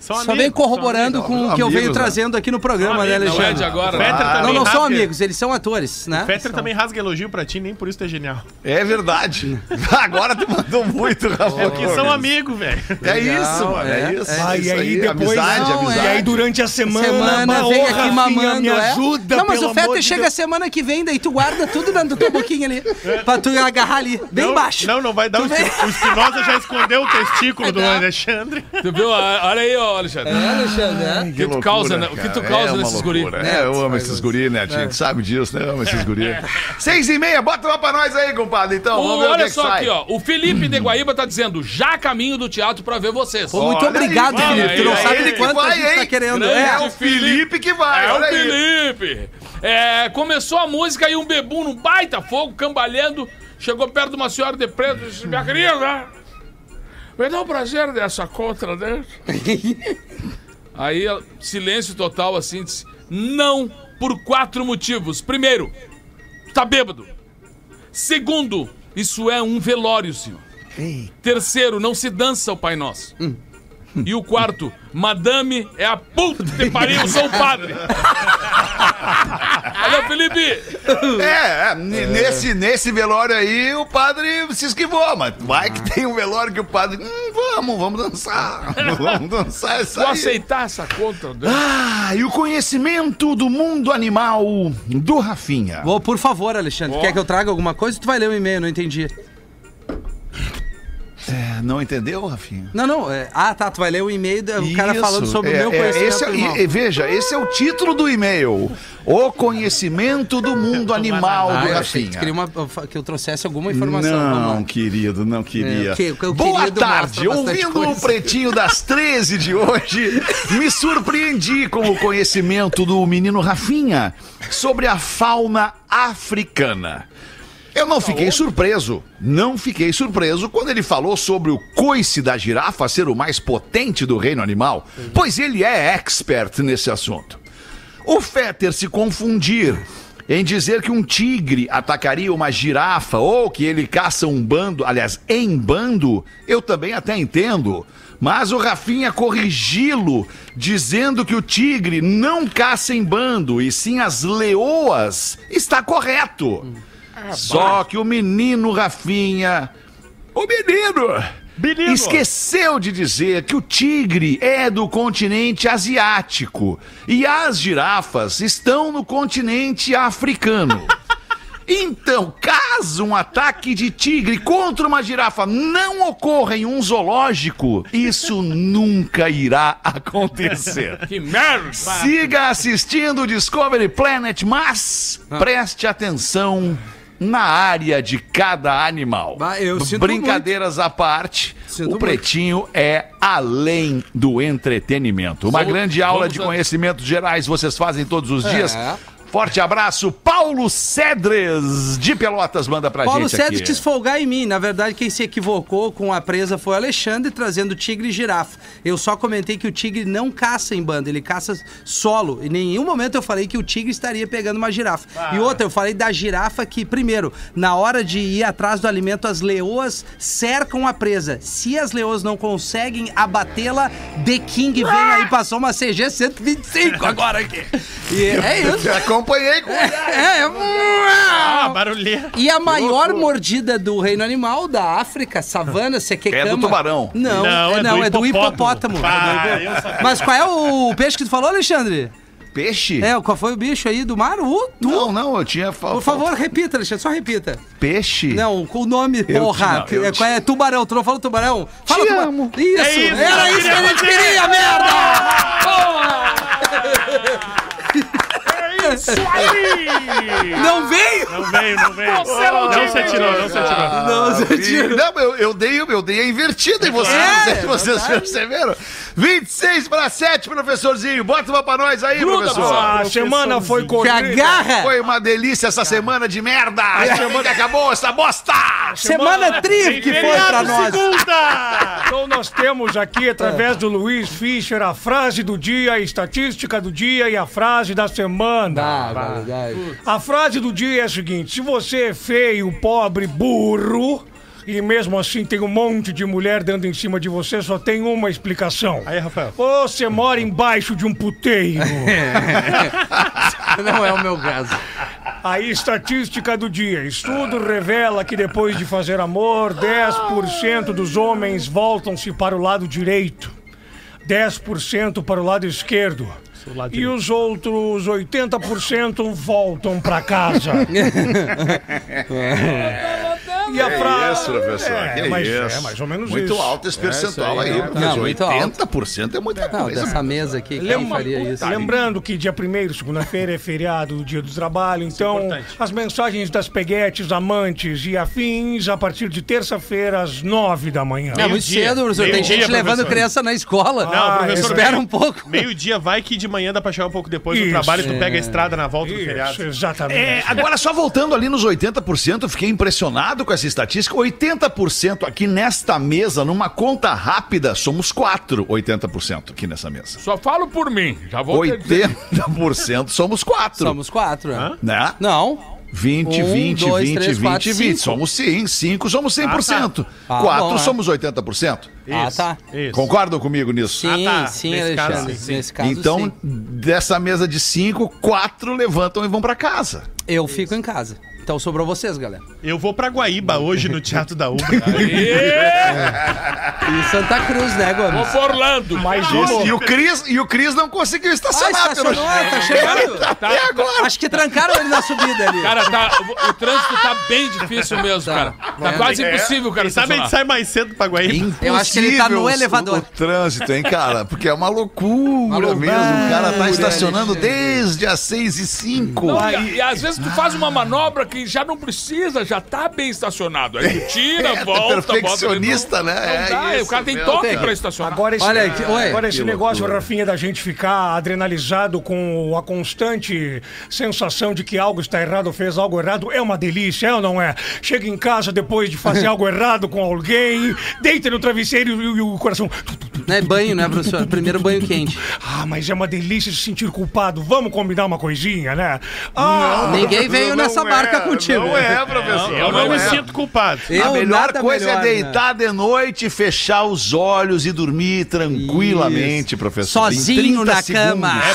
G: São
D: só vem
G: amigos, são
D: corroborando
C: amigos.
D: com o
C: São
D: que eu venho
C: amigos, né?
D: trazendo aqui no programa, né,
G: amigos,
E: Não é
D: Alexandre?
E: de agora.
G: Fetter
E: Ah,
D: Não,
G: também
D: não são
G: rasga-
D: amigos, eles são atores, né?
G: tá Fetter
D: São-
G: também rasga elogio pra ti, nem por isso tu é genial.
C: É verdade. Agora tu mandou muito,
F: É
C: Rafa.
G: Porque são amigos, velho.
C: É
D: Legal,
C: isso, mano. É,
D: é,
C: isso.
D: é.
F: Ah,
C: isso
F: e aí depois. é.
C: Amizade,
D: não,
C: amizade.
F: E aí durante a semana,
D: Semana,
F: bah,
D: vem
F: ô,
D: aqui
F: Rafinha,
D: mamando,
F: me
D: é?
F: ajuda,
D: Não, mas
F: pelo
D: o Fetter
F: amor de
D: chega
F: Deus.
D: semana que vem, daí tu guarda tudo na tua boquinha ali, pra tu agarrar ali, bem
G: não,
D: baixo.
G: Não, não vai dar.
D: Tu É
G: O,
D: vem-
G: Espin- o Espinosa já escondeu o testículo do Alexandre.
E: Tu viu? Ah, Olha aí, ó, Alexandre.
D: É, Alexandre, é?
E: que tu causa, né? O que tu causa
C: uma
E: nesses guri? É.
C: loucura. É, eu amo esses guri, né? A gente sabe disso, né? Eu amo esses guri. Seis e meia, bota uma pra nós aí, compadre. Então,
E: O-
C: vamos ver o que
E: olha
C: que
E: só
C: sai.
E: aqui, ó. O Felipe de Guaíba tá dizendo: já caminho do teatro pra ver vocês.
D: Pô, muito
C: Olha
D: obrigado,
C: aí,
D: Felipe. Tu não
E: olha aí,
D: sabe
E: ele
D: o
E: que
D: quanto
C: vai,
D: a gente tá
C: hein?
D: querendo.
E: Grande
D: É,
C: É o Felipe que vai,
E: É o
C: olha aí.
E: Felipe! É, começou a música e um bebum no baita fogo, cambalhando, chegou perto de uma senhora de preto e disse, minha querida, me dá o prazer dessa contra dentro. Aí, ela- silêncio total, assim, disse, não, por quatro motivos. Primeiro, tá bêbado. Segundo, isso é um velório, senhor. Terceiro, não se dança o Pai Nosso.
C: Hum.
E: E o quarto, Madame é a puta que te pariu, eu sou o padre. Olha, Felipe,
C: É, é, n- Nesse, nesse velório aí, o padre se esquivou, mas vai que tem um velório que o padre. Hum, vamos, vamos dançar. vamos dançar essa
E: vou
C: aí.
E: aceitar essa né? contra?
C: Ah, e o conhecimento do mundo animal do Rafinha.
D: Bom, por favor, Alexandre, quer que eu traga alguma coisa? Tu vai ler o e-mail, não entendi.
C: É, não entendeu, Rafinha?
D: Não, não. é- ah, tá, tu vai ler o e-mail, do- o cara
C: Isso,
D: falando sobre
C: é,
D: o meu
C: é,
D: conhecimento.
C: esse é-
D: animal.
C: e- e veja, esse é o título do e-mail. O conhecimento do mundo animal
D: Ah,
C: do
D: eu achei que tu
C: Rafinha.
D: queria uma- que eu trouxesse alguma informação.
C: Não,
D: vamos lá.
C: querido, não queria.
D: É, o que- o que o
C: Boa
D: querido
C: tarde.
D: mostra bastante
C: Ouvindo o
D: coisa.
C: Pretinho das 13 de hoje, me surpreendi com o conhecimento do menino Rafinha sobre a fauna africana. Eu não fiquei surpreso, não fiquei surpreso quando ele falou sobre o coice da girafa ser o mais potente do reino animal, pois ele é expert nesse assunto. O Fetter se confundir em dizer que um tigre atacaria uma girafa ou que ele caça um bando, aliás, em bando, eu também até entendo. Mas o Rafinha corrigi-lo, dizendo que o tigre não caça em bando, e sim as leoas, está correto. Só que o menino Rafinha. O menino!
D: assim,
G: Menino.
C: Esqueceu de dizer que o tigre é do continente asiático e as girafas estão no continente africano. Então, caso um ataque de tigre contra uma girafa não ocorra em um zoológico, isso nunca irá acontecer.
E: Que merda!
C: Siga assistindo o Discovery Planet, mas preste atenção na área de cada animal.
D: Bah, eu sinto
C: Brincadeiras à parte,
D: Sinto
C: o
D: muito.
C: Pretinho é além do entretenimento. Uma
E: Vamos-
C: grande aula
E: vamos
C: de
E: a-
C: conhecimentos gerais vocês fazem todos os dias.
D: É.
C: Forte abraço, Paulo Cedres de Pelotas manda pra
D: Paulo
C: gente aqui. é.
D: César quis folgar em mim. Na verdade, quem se equivocou com a presa foi o Alexandre, trazendo tigre e girafa. Eu só comentei que o tigre não caça em bando, ele caça solo. Em nenhum momento eu falei que o tigre estaria pegando uma girafa.
C: Ah.
D: E outra, eu falei da girafa que, primeiro, na hora de ir atrás do alimento, as leoas cercam a presa. Se as leoas não conseguem abatê-la, The King vem aí, passou uma CG 125 agora aqui. E é isso.
C: Acompanhei com
D: É, é.
G: Ah, barulheira.
D: E a maior mordida do reino animal da África, savana, sequecama...
C: É do tubarão.
D: Não,
G: Não,
D: é,
G: é
D: não,
G: do
D: é do hipopótamo.
G: hipopótamo. Ah, eu sabia.
D: Mas qual é o peixe que tu falou, Alexandre?
C: peixe.
D: É, qual foi o bicho aí do mar? O tu...
C: Não, não, eu tinha fa-
D: Por favor, repita, Alexandre, só repita.
C: peixe.
D: Não, com o nome,
C: te-
D: porra.
C: não, eu
D: É,
C: te-
D: qual é? Tubarão, tu não falou tubarão? Fala
C: Te
D: tubarão.
C: amo.
D: Isso,
G: É isso,
D: era isso que a gente queria, merda! Porra!
G: É
D: Não veio!
G: Não veio, não veio.
E: Marcelo
G: Não se atirou, não se atirou.
C: Ah,
D: Não, você
C: E-
D: tira.
C: Não, eu, eu dei, eu dei a invertida em vocês,
D: É,
C: não sei se vocês
D: verdade.
C: perceberam. 26 para 7, professorzinho. Bota uma pra nós aí,
E: Gruda,
C: professor.
E: pessoal.
F: Ah, A semana foi
D: Que
F: corrida.
D: agarra!
C: Foi uma delícia essa semana de merda. A semana acabou essa bosta.
D: Semana tri que foi pra nós.
G: Segunda!
F: Então nós temos aqui, através do Luiz Fischer, a frase do dia, a estatística do dia e a frase da semana.
D: Ah, verdade.
F: A frase do dia é a seguinte: se você é feio, pobre, burro, e mesmo assim tem um monte de mulher dando em cima de você, só tem uma explicação.
G: Aí, Rafael.
F: Ou você mora embaixo de um puteiro.
D: Não é o meu caso.
F: A estatística do dia. Estudo revela que depois de fazer amor, 10% dos homens voltam-se para o lado direito, 10% para o lado esquerdo. E os outros 80% voltam para casa. e a
C: É
F: frase.
C: isso, professor.
F: É,
C: que
F: mas-
C: isso.
F: é mais ou menos
C: muito
F: isso.
C: alto esse percentual aí,
D: Não,
C: professor.
D: muito alto.
C: 80% é muita
D: Não,
C: coisa.
D: dessa mesa aqui, quem
F: Lembra-
D: faria isso?
F: Lembrando que dia 1 segunda-feira, é feriado, dia do trabalho,
D: é
F: então as mensagens das peguetes, amantes e afins a partir de terça-feira às 9 da manhã.
D: Não, É muito
G: Meio-dia.
D: cedo, professor. Tem
G: Meio-dia,
D: gente levando
G: professor.
D: criança na escola.
G: Não, professor,
D: Espera um pouco.
G: Meio-dia vai que de manhã dá pra chegar um pouco depois do
F: Isso.
G: trabalho e tu
D: É.
G: pega a estrada na volta do
F: Isso,
G: feriado.
F: exatamente.
C: É, agora, só voltando ali nos 80%, eu fiquei impressionado com essa estatística. 80% aqui nesta mesa, numa conta rápida, somos 4, 80% aqui nessa mesa.
E: Só falo por mim. Já vou ter que dizer.
C: 80% somos 4.
D: Somos quatro. é.
C: Né?
D: Não.
C: 20,
D: Um,
C: 20,
D: dois,
C: 20,
D: três,
C: 20,
D: quatro,
C: 20.
D: cinco.
C: Somos sim, 5 somos 100%.
D: Ah,
C: 4
D: bom, é.
C: somos 80%.
D: Ah,
G: Isso,
D: tá.
G: Isso.
C: Concordam comigo nisso?
D: Sim,
G: tá.
D: sim,
G: Nesse caso,
D: Alexandre.
G: sim.
D: Nesse caso,
C: então,
D: sim.
C: dessa mesa de 5, 4 levantam e vão pra casa.
D: Eu fico em casa. Então sobrou vocês, galera.
G: Eu vou pra Guaíba hoje no Teatro da Ubra.
D: E Santa Cruz, né,
E: Vou
D: Gomes?
E: pra Orlando.
F: Mais uma.
D: é
C: E o Cris, e o Cris não conseguiu
D: Ah,
C: estacionar.
D: estacionou,
C: pelo-
D: tá chegando.
C: Até agora.
D: Acho que trancaram ele na subida ali.
E: Cara, tá, o, o trânsito tá bem difícil mesmo,
D: Tá.
E: cara. Tá
D: É.
E: quase impossível, cara.
G: Quem sabe a gente
E: estacionar.
G: sai mais cedo pra Guaíba.
D: Eu acho que ele tá no
C: Impossível o-
D: elevador.
C: O, trânsito, hein, cara? Porque é uma loucura,
D: Uma loucura, né,
C: mesmo. O cara tá estacionando
D: Alexandre.
C: desde as 6 e 5.
E: Não, e, e às vezes tu faz uma manobra que já não precisa, já tá bem estacionado. Aí tu tira,
C: É,
E: volta, volta.
C: perfeccionista,
E: ele não-
C: né?
E: não dá,
C: É
E: o cara tem
C: isso,
E: toque
D: meu.
E: pra estacionar.
F: Agora esse,
D: Olha aqui, ué.
F: agora esse
C: Que
F: negócio,
C: loucura.
F: Rafinha, da gente ficar adrenalizado com a constante sensação de que algo está errado, fez algo errado, é uma delícia, é ou não é? Chega em casa depois de fazer algo errado com alguém, deita no travesseiro e, o- e o coração.
D: Não é banho, né, professor? Primeiro banho quente.
F: Ah, mas é uma delícia se sentir culpado. Vamos combinar uma coisinha, né? Ah,
D: Ninguém veio nessa barca contigo.
C: Não é, professor.
G: Eu não me sinto culpado.
D: Eu
C: a melhor
D: nada
C: coisa
D: melhor, né?
C: é deitar de noite, fechar os olhos e dormir tranquilamente,
D: Isso.
C: professor. Em
D: Sozinho
C: 30
D: na
C: segundos. Ah,
D: cama. É,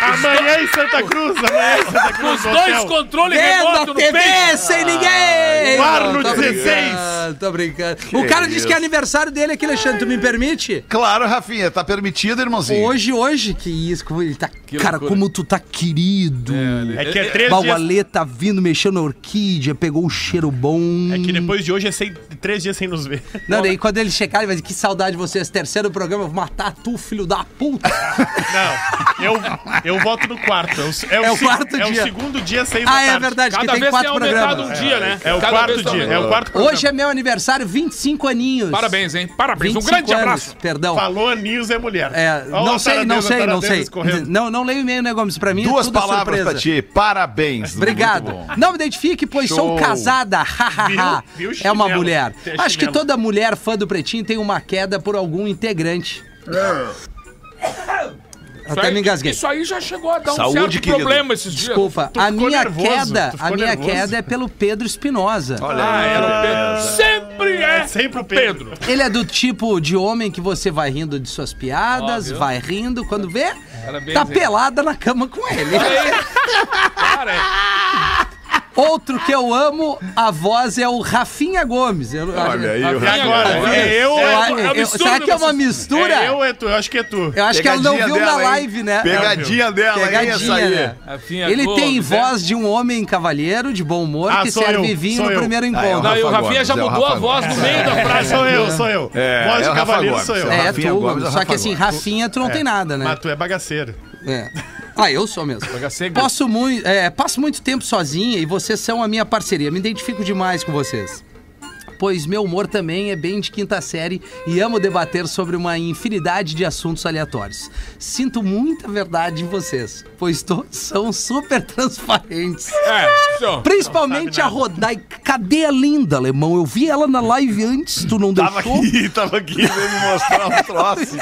G: Amanhã em Santa Cruz, amanhã em Santa Cruz.
E: Os
G: no
E: dois
G: hotel.
E: controles
D: Vendo a
E: remoto no peito. Ah,
D: TV sem ninguém!
G: o ar no
D: Não, tô
G: 16.
D: brincando, Tô brincando. o cara disse
C: isso.
D: que é aniversário dele aqui, Alexandre. Tu me permite?
C: Claro, Rafinha, tá permitido, irmãozinho.
D: Hoje, hoje, que isso, como ele tá. cara,
E: loucura.
D: como tu tá querido.
G: É que é três dias.
D: Baualê tá vindo, mexendo na orquídea, pegou o cheiro bom.
G: É que depois de hoje é sem- três dias sem nos ver.
D: Não, daí quando ele chegar, ele vai dizer que saudade de vocês. Terceiro programa, eu vou matar tu, filho da puta.
G: Não, eu, eu voto no quarto. É o,
D: É o
G: se-
D: quarto
G: É o
D: dia.
G: segundo dia sem
D: ah, é
G: votar.
D: verdade, que
E: Cada
D: tem
E: vez tem
D: quatro
E: aumentado um
D: programas.
E: dia, né?
G: É o
E: Cada
G: quarto
E: vez tá
G: dia. É
E: aumentando.
G: o quarto programa.
D: Hoje é meu aniversário, 25 aninhos.
E: Parabéns, hein? Parabéns. Um
D: 25
E: grande
D: anos,
E: abraço.
D: Perdão.
G: Falou Aninhos é mulher.
D: É,
G: Olha
D: não
G: o
D: sei, não
G: taradelo,
D: sei, não
G: taradelo
D: sei.
G: escorrendo.
D: Não, não leio e-mail, né, Gomes? Pra mim é
C: Duas
D: tudo
C: palavras
D: surpresa.
C: pra ti. Parabéns.
D: Obrigado.
C: Muito bom.
D: Não me identifique, pois sou
C: Show.
D: casada. Hahaha.
G: Viu? Viu,
D: É uma
G: chinelo?
D: mulher.
G: Tem
D: Acho que
G: chinelo.
D: toda mulher fã do Pretinho tem uma queda por algum integrante.
G: É.
E: Isso
D: Até
E: aí-
D: me engasguei.
E: Isso aí já chegou a dar um
C: Saúde,
E: certo
C: querido.
E: problema esses dias.
D: Desculpa,
G: Tu
D: a
G: ficou
D: minha
G: nervoso,
D: queda,
G: tu ficou
D: a minha
G: nervoso.
D: queda é pelo Pedro Espinosa.
E: Ah, era o Pedro. Sempre é,
G: É sempre o
E: Pedro.
G: Pedro.
D: Ele é do tipo de homem que você vai rindo de suas piadas, vai rindo, quando vê,
G: assim.
E: Parabéns,
D: tá
E: hein?
D: pelada na cama com ele.
E: Cara, é-
D: Outro que eu amo, a voz é o Rafinha Gomes. Eu-
C: Olha aí, o
E: Rafinha
C: Rafinha.
E: agora.
G: É eu,
D: eu-
G: é
D: eu-
G: tu.
D: eu- será que é uma mistura?
G: É eu, é tu. Eu acho que é tu.
D: Eu acho que ela não
C: Pegadinha
D: viu na
C: dela, hein?
D: live, né?
C: Pegadinha dela, hein, essa aí.
D: né?
E: Rafinha
D: Ele
E: Gomes,
D: tem
E: né?
D: voz de um homem cavalheiro, de bom humor
G: é. Ah,
D: que
G: sou
D: serve
G: eu,
D: vinho
G: sou
D: no
G: eu.
D: primeiro
C: é o
D: encontro.
E: Daí o
C: Rafa
E: Rafinha
C: Gomes,
E: já
C: é o
E: mudou
C: Rafa
E: a voz no meio da
G: Ah,
E: frase.
G: sou eu, sou eu.
C: É, é
G: Voz
C: o
G: de
C: Rafa
G: cavaleiro
C: Gomes,
G: sou eu.
C: é o
D: É,
C: Rafinha
D: tu,
C: Gomes,
D: mano.
C: o
D: Só
C: Rafa
D: que assim, Rafinha, tu não tem nada, né?
G: Mas tu é bagaceiro.
D: É. Ah, eu sou mesmo.
E: cega.
D: Posso muito, é, passo muito tempo sozinha e vocês são a minha parceria. Me identifico demais com vocês. Pois meu humor também é bem de quinta série e amo debater sobre uma infinidade de assuntos aleatórios. Sinto muita verdade em vocês, pois todos são super transparentes.
E: É, senhor.
D: Principalmente a Rodaica. Cadê a linda, alemão? Eu vi ela na live antes, tu não
C: Tava
D: deixou?
C: aqui, tava aqui, veio me mostrar um troço.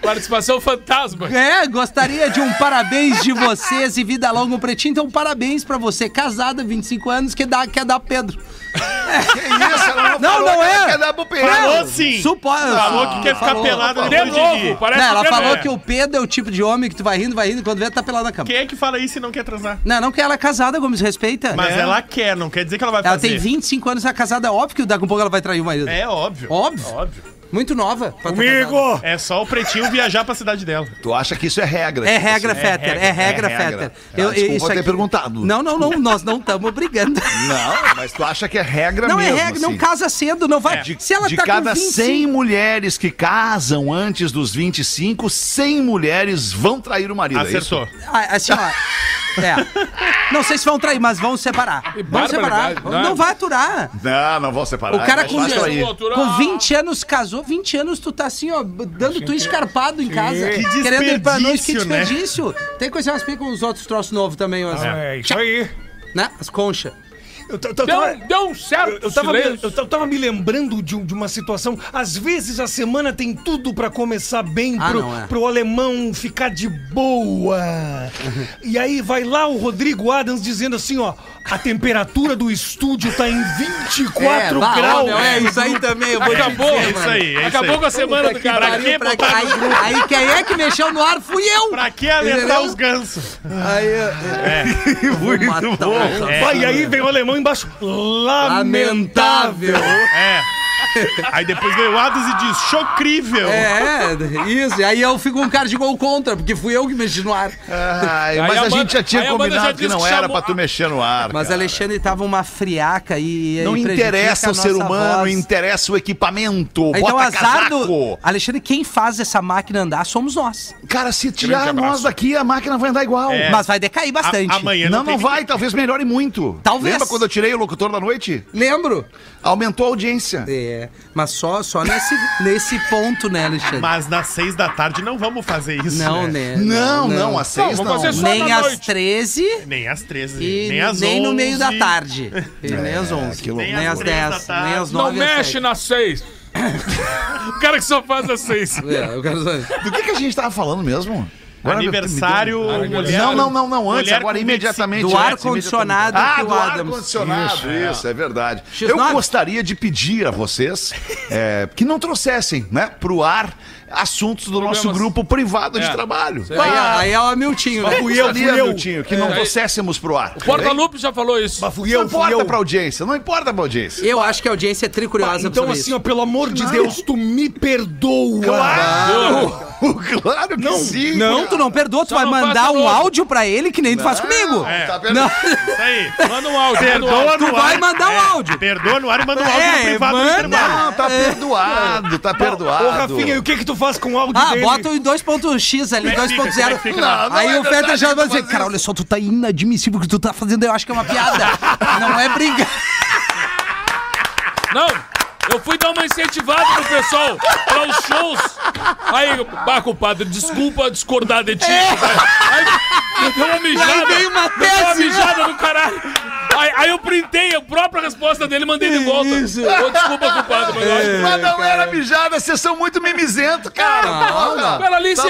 E: Participação fantasma.
D: É, gostaria de um parabéns de vocês e vida longa um pretinho. Então, parabéns pra você, casada, 25 anos, que dá, quer dar Pedro.
C: que isso, ela não,
D: Não,
C: falou
D: não
C: que ela
D: é.
C: Quer dar pro Pedro.
G: Falou sim.
D: Supo...
G: Falou que quer ficar
D: Falou.
G: pelado
E: De
G: depois de
E: novo,
G: mim.
E: parece
D: Não, ela
E: que é-
D: falou que o Pedro é o tipo de homem que tu vai rindo, vai rindo, quando vê, tá pelado na cama.
G: Quem é que fala isso e não quer transar?
D: Não, não que ela é casada, Gomes, respeita.
G: Mas
D: É.
G: ela quer, não quer dizer que ela vai
D: Ela
G: fazer.
D: tem 25 anos, é casada, óbvio que daqui a pouco ela vai trair o marido.
G: É óbvio.
D: Óbvio.
G: Óbvio.
D: Muito nova. pra tá casada.
F: Amigo!
G: É só o pretinho viajar pra cidade dela.
C: Tu acha que isso é regra?
D: É
C: tipo
D: regra,
C: assim?
D: Fetter, é regra, Fetter.
C: Eu, Ah, Desculpa ter perguntado.
D: Não, não, não, nós não estamos brigando.
C: Não, mas tu acha que é regra
D: Não é
C: mesmo,
D: regra, não
C: assim.
D: casa cedo, não vai.
C: De,
D: Se ela
C: de
D: tá
C: cada
D: com 25,
C: 100 mulheres que casam antes dos 25, 100 mulheres vão trair o marido. é isso?
G: Acertou.
D: Ah, assim, ó. É. Não sei se vão trair, mas vão separar.
E: Que
D: Vão separar.
E: barbaridade, né?
D: Não vai aturar.
C: Não, não vou separar.
D: O cara
C: é
D: com
C: mais fácil
D: dedo-
C: aí.
D: Com 20 anos casou, 20 anos tu tá assim, ó, dando tu escarpado em casa.
G: Que
D: querendo ir pra noite, que
G: desperdício, né? Ah,
D: desperdício. Tem que conhecer umas pi- com os outros troços novos também, ó, assim,
F: É isso aí.
D: né? As conchas.
F: Eu, t- t- eu
E: Deu,
F: tava-
D: Então,
E: um- deu um certo
F: eu- eu tava, me,
E: silêncio.
F: eu t- eu tava me lembrando de, um- de uma situação. Às vezes a semana tem tudo pra começar bem,
D: Ah,
F: pro,
D: não, é.
F: pro alemão ficar de boa.
D: Uhum.
F: E aí vai lá o Rodrigo Adams dizendo assim: ó, a temperatura do estúdio tá em 24
D: bah,
F: graus.
D: meu, é isso aí também, eu vou te
E: Acabou.
D: dizer,
G: É isso
D: mano.
G: aí, é isso
E: Acabou
G: aí.
E: com a semana do
D: Pra
E: cara.
D: quê? Pra quê? Aí, aí quem é que mexeu no ar fui eu!
G: Pra que alertar
D: Entendeu?
G: os gansos?
D: Aí, é. Muito bom. É.
C: É.
F: Vai, e aí vem o alemão embaixo. Lamentável.
D: Lamentável.
G: É. Aí depois veio o Adams e diz, chocrível.
D: É, isso. E aí eu fico com um cara de gol contra, porque fui eu que mexi no ar.
C: É, Ai,
E: Aí
C: mas a,
E: a banda-
C: gente já
E: aí
C: tinha
E: a banda já
C: combinado que
E: disse
C: não
E: que
C: era
E: chamou-
C: pra tu mexer no ar.
D: Mas
C: cara.
D: Alexandre tava uma friaca e.
C: Não
D: e prejudica
C: interessa
D: a
C: o ser
D: nossa
C: humano,
D: voz.
C: interessa o equipamento.
D: Então,
C: Bota
D: azar
C: casaco.
D: do. Alexandre, quem faz essa máquina andar somos nós.
C: Cara, se tirar
E: abraço.
C: nós daqui, a máquina vai andar igual.
G: É.
D: Mas vai decair bastante.
G: A- amanhã
C: Não, não
G: tem
C: vai, talvez melhore muito.
D: Talvez.
C: Lembra quando eu tirei o locutor da noite?
D: Lembro?
C: Aumentou a audiência.
D: É. Mas só, só nesse, nesse ponto, né, Alexandre?
G: Que... Mas nas seis da tarde não vamos fazer isso,
D: Não,
G: né?
D: né?
C: Não, não, às seis
E: Não,
C: não.
E: vamos fazer só
D: Nem
E: na
D: às
E: noite.
D: 13
G: Nem às 13,
D: e
G: nem às 11.
D: nem no meio da tarde. E nem às 11.
C: que
D: Nem às
G: loucura. Nem às
D: 10.
G: três da tarde.
D: Nem às 9.
E: Não mexe nas seis. o cara que só faz as seis.
D: É, eu quero saber.
C: Do que, que a gente tava falando mesmo? Agora me- me deu-
G: Aniversário. mulher-
C: Não, não, não, não, antes,
G: mulher
C: agora
G: com
C: imediatamente.
D: Do
C: antes,
D: ar-condicionado
C: imediatamente.
D: que
C: Ah,
D: o
C: do
D: Adams-
C: ar-condicionado, isso, é verdade. Eu
D: X9.
C: gostaria de pedir a vocês é, que não trouxessem, né, pro ar assuntos do nosso
E: Problemas.
C: grupo privado de
E: É.
C: trabalho.
D: Aí, é- aí é o Amiltinho, né?
C: Fui eu, fui eu. Miltinho, que não trouxéssemos pro ar.
E: Porta Lupe já falou isso.
F: Fui
C: Não
F: eu, fui eu.
C: importa pra audiência, não importa pra audiência.
D: Eu acho que a audiência é tricuriosa
F: Então,
D: sobre
F: assim,
D: isso.
F: ó, pelo amor de Deus, tu me perdoa.
C: claro que não, sim.
D: Não, tu não perdoa, tu
E: Só
D: vai
E: não
D: mandar
E: faça
D: um
E: novo.
D: áudio pra ele que nem tu faz comigo.
C: É. Tá
D: Não,
C: perdendo.
G: Isso aí.
E: Manda um áudio. manda um áudio.
G: Perdoa
D: tu
G: no
D: vai
G: ar.
D: mandar um áudio.
G: Perdoa no ar e manda um áudio
D: É,
G: no privado
D: manda.
G: do intervalo.
C: Não, tá perdoado, tá perdoado.
F: Ô, Rafinha, e o que que tu faz com o áudio
D: Ah,
F: dele?
D: bota o 2.x ali,
G: Como é que fica? Como é
D: 2.0.
G: que fica?
C: Não, não
D: Aí
C: é
D: o Feta
C: verdade
D: já
C: que
D: vai
C: tu
D: dizer,
C: faz
D: cara,
C: isso."
D: olha só, tu tá inadmissível o que tu tá fazendo, eu acho que é uma piada. Não é briga.
E: Não, eu fui dar uma incentivada pro pessoal, para os shows. Aí, bah, compadre, desculpa discordar de ti. Aí, deu uma mijada.
D: Aí veio uma
E: deu uma
D: tese.
C: né?
E: mijada no caralho. Aí, aí eu printei a própria resposta dele e mandei de volta.
D: Isso.
E: Ô, desculpa, compadre, mas eu acho que...
C: Mas não era mijada, vocês são muito mimizento, cara. porra.
E: O cara ali
C: Tava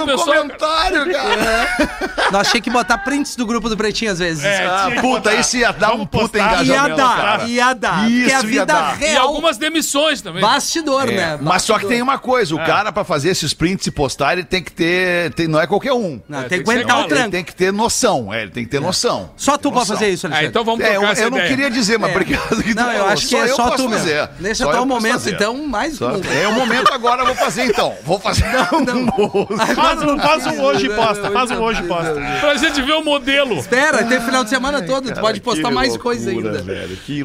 C: fazendo
E: o
C: um
E: pessoal,
C: Ah, comentário, cara.
D: Nós tinha que botar prints do grupo do Pretinho às vezes. É.
C: Ah,
G: tinha que
C: puta,
G: botar.
C: isso ia dar um
G: Vamos
C: puta
G: postar.
D: Ia
C: engajamento, cara.
D: dar, ia
C: Isso
D: dar. Porque a
C: ia
D: vida
C: dar. E
E: E
D: real,
E: algumas demissões também.
D: bastidor,
C: É,
D: né? É.
C: mas só que
D: Bastidor.
C: tem uma coisa, o cara pra fazer esses prints e postar, ele tem que ter, tem- não é qualquer um.
D: Não,
E: É,
D: tem
E: tem
D: que
E: que ser
D: aguentar o
E: igual.
C: Ele
D: tranco.
C: tem que ter noção, é, ele tem que ter noção.
D: Só tu
C: Tem
D: pode
C: noção.
D: fazer isso,
E: Ah,
D: Alexandre.
E: então vamos
C: É, eu,
E: trocar essa
C: eu não
E: ideia.
C: queria dizer, mas
D: É.
C: porque
D: Não, eu acho que é só tu mesmo. Nesse
C: Só
D: atual
C: eu posso
D: momento,
C: fazer.
D: então, mais
C: Só-
D: um.
C: É o momento agora, eu vou fazer então. Vou fazer. Não,
G: Faz um, faz um hoje e posta,
D: Hoje
G: faz um
D: não
G: hoje e
D: precisa.
G: posta.
E: Pra gente ver o modelo.
D: Espera, tem final de semana todo, tu pode postar mais coisa ainda.
C: Velho, que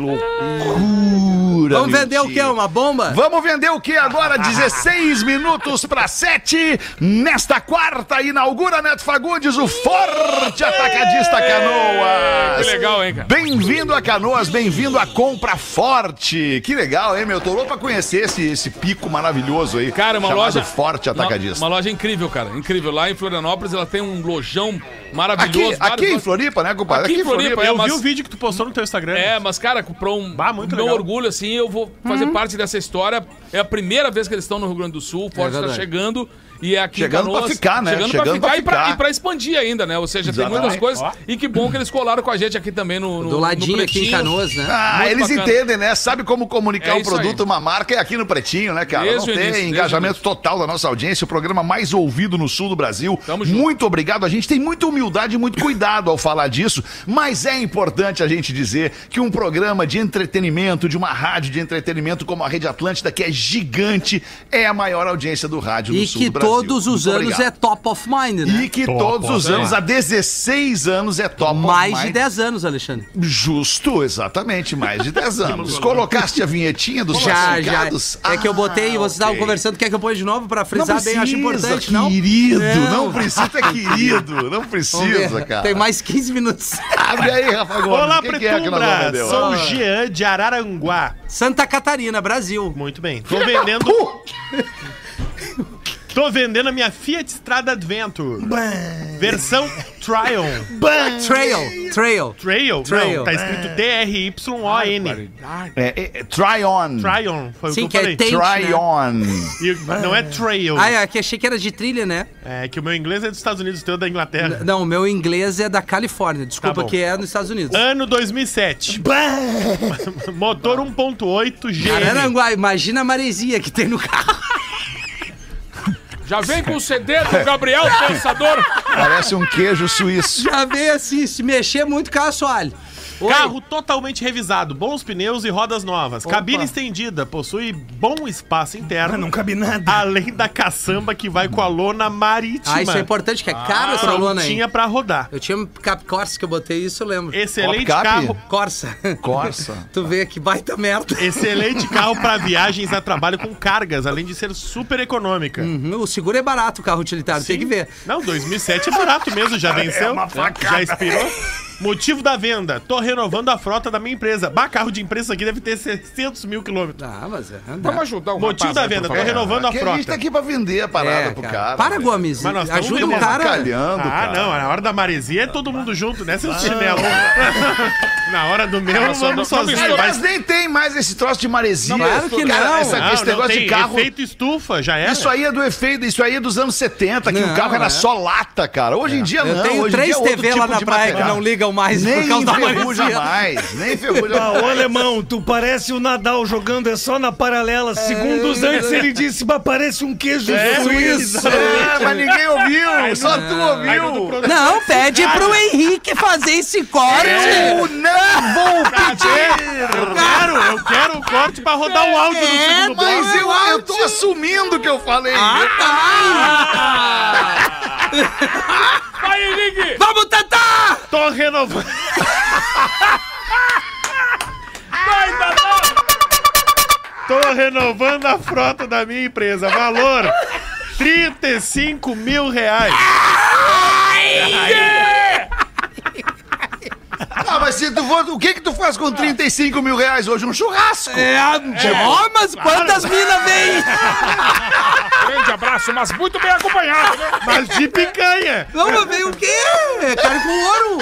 C: loucura.
D: Vamos vender o quê?
C: mentira.
D: Uma bomba?
C: Vamos vender o que agora? 16 minutos para 7. Nesta quarta, inaugura Neto Fagundes, o forte atacadista Canoas.
E: Que legal, hein, cara?
C: Bem-vindo a Canoas, bem-vindo à Compra Forte. Que legal, hein, meu? Tô louco pra conhecer esse, esse pico maravilhoso aí.
E: Cara, uma
C: chamado
E: loja.
C: Forte Atacadista.
E: Uma, uma loja incrível, cara. Incrível. Lá em Florianópolis ela tem um lojão maravilhoso.
C: Aqui, aqui em
E: vários-
C: Floripa, né, compadre?
E: Aqui em Floripa,
G: Eu
E: mas-
G: vi o vídeo que tu postou no teu Instagram.
E: É, mas, cara, comprou um.
G: Bah, muito
E: meu
G: legal.
E: orgulho, assim, eu vou fazer
D: Uhum.
E: parte dessa história. É a primeira vez que eles estão no Rio Grande do Sul. O Forte está
D: verdade.
E: chegando. E é aqui em
C: Chegando pra
E: Canoas,
C: ficar, né?
E: Chegando,
C: Chegando
E: pra
C: pra
E: ficar, e pra-
C: ficar.
E: E, pra, expandir ainda, né? Ou seja,
C: Exatamente.
E: tem muitas coisas.
G: Ó.
E: E que bom que eles colaram com a gente aqui também no. no
D: Do ladinho
E: no
D: aqui em
E: Pretinho.
D: Canoas, né?
C: Ah,
E: Muito
C: eles
E: bacana.
C: entendem, né? Sabe como comunicar
E: É
C: um
E: isso aí.
C: produto, uma marca, é aqui no Pretinho, né, cara?
E: Desde
C: Não tem
E: o início, desde o
C: engajamento
E: início.
C: total da nossa audiência, o programa mais ouvido no sul do Brasil.
E: Tamo junto.
C: muito obrigado. A gente tem muita humildade e muito cuidado ao falar disso, mas é importante a gente dizer que um programa de entretenimento, de uma rádio de entretenimento como a Rede Atlântida, que é gigante, é a maior audiência do rádio
D: E
C: no sul
D: que
C: do Brasil.
D: todos os
C: Muito
D: anos
C: obrigado.
D: é top of mind, né?
C: E que todos os anos, há 16 anos, é top of
D: Mais de
C: mind.
D: 10 anos, Alexandre.
C: Justo, exatamente, mais de 10 anos. Colocaste a vinhetinha dos
D: Já, já.
C: classificados?
D: É que eu botei,
C: Ah,
D: vocês estavam
C: ok.
D: conversando, quer que eu ponha de novo pra
C: Não
D: frisar
C: precisa,
D: bem? Acho importante, não?
C: querido, não,
D: Não.
C: precisa, tu é querido, não
D: Vamos ver.
C: precisa, cara.
D: Tem mais 15 minutos.
C: Abre aí, Rafa Gomes,
G: Olá,
C: o que, que é que nós vamos
G: Pretumbra!
C: vender?
G: Sou o
D: Ah.
G: Jean de Araranguá.
D: Santa Catarina, Brasil.
G: Muito bem. Tô vendendo.
C: Uh!
G: Tô vendendo a minha Fiat Strada Adventure. Versão Triumph.
D: Trail, trail.
G: Trail?
D: Trail.
G: Não, tá escrito D-R-Y-O-N.
C: É, é, é, try on.
G: Triumph, foi
D: Sim,
G: o
D: que
G: que eu
D: é
G: falei.
D: tem-
C: Try
D: né?
C: on.
G: E não é Trail.
D: Ah, é, que achei que era de trilha, né?
G: É que o meu inglês é dos Estados Unidos, o teu é da Inglaterra.
D: Não, o meu inglês é da Califórnia. Desculpa,
G: bom.
D: que é nos Estados Unidos.
G: Ano 2007. Motor 1.8 GM.
D: Araranguá, imagina a maresia que tem no carro.
E: Já vem com o CD do Gabriel Pensador.
C: Parece um queijo suíço.
D: Já veio assim, se mexer muito com a soalha. Oi.
G: Carro totalmente revisado, bons pneus e rodas novas. Cabine estendida, possui bom espaço
F: Ah,
G: interno. não cabe nada. Além da caçamba que vai com a lona marítima.
D: Ah, isso é importante, que é caro essa lona aí.
G: Tinha pra rodar.
D: Eu tinha um Cap Corsa que eu botei isso, eu lembro.
C: Top
G: Excelente
C: cap?
G: carro.
D: Corsa.
C: Corsa.
D: tu vê que baita merda.
G: Excelente carro pra viagens a trabalho com cargas, além de ser super econômica.
D: Uhum, O seguro é barato, o carro utilitário, tem que ver.
G: Não, 2007 é barato mesmo, já venceu. já expirou. Motivo da venda: tô renovando a frota da minha empresa. Bah, carro de empresa isso aqui deve ter 600 mil quilômetros.
D: Ah, mas é.
E: Vamos ajudar o
G: Motivo
E: rapaz é
G: da
E: aí, por
G: venda: tô
E: favor.
G: renovando a
C: Aqui a gente tá
G: frota.
C: aqui pra vender a parada
D: É,
C: pro
D: cara.
C: cara. né?
D: Para,
C: velho.
D: Gomes.
G: Mas nós estamos
D: Ajuda o
G: vendendo
D: cara.
C: Calhando,
G: Ah,
C: cara.
G: não, na hora da maresia é todo mundo junto, né, seus chinelos? na hora do meu,
E: Cara, só não-
G: vamos
E: não
G: sozinhos.
E: mistura-
G: Mas
C: Mas nem tem mais esse troço de maresia.
D: Claro que
C: cara,
D: não.
C: Essa,
G: Ah, não,
C: esse
G: não
C: negócio
G: tem
C: de carro.
G: efeito estufa, já era.
C: Isso aí é do efeito, isso aí é dos anos 70, que
D: Não,
C: o carro era
D: é.
C: só lata, cara. Hoje em dia
D: Eu
C: não.
D: tenho
C: hoje em
D: três
C: dia é outro
D: TV lá
C: tipo
D: na
C: de
D: praia
C: material.
D: que não ligam mais por
C: Nem
D: causa da
C: enferruja
D: maresia.
C: mais, nem enferruja
H: Ah,
C: mais.
H: ô alemão, tu parece o Nadal jogando é só na paralela.
D: É.
H: Segundos antes ele disse, mas parece um queijo
G: É,
H: suíço.
C: É, mas ninguém ouviu, só tu ouviu.
D: Não, pede pro Henrique fazer esse corte.
C: Eu não vou
G: é? Eu
C: pedir.
G: quero, eu quero o corte pra rodar o áudio no
D: É,
G: segundo bloco.
C: Mas eu, eu tô assumindo que eu falei.
D: Ah.
E: Vai, Henrique!
D: Vamos tentar!
G: Tô renovando.
E: Vai, Tatá!
G: tá Tô renovando a frota da minha empresa. Valor: 35 mil reais.
C: Ah, mas se tu for, o que que tu faz com 35 mil reais hoje? Um churrasco.
D: É, ó, mas quantas minas vem?
E: Grande abraço, mas muito bem acompanhado, né?
G: Mas de picanha.
D: Vamos ver o quê? É carne com ouro.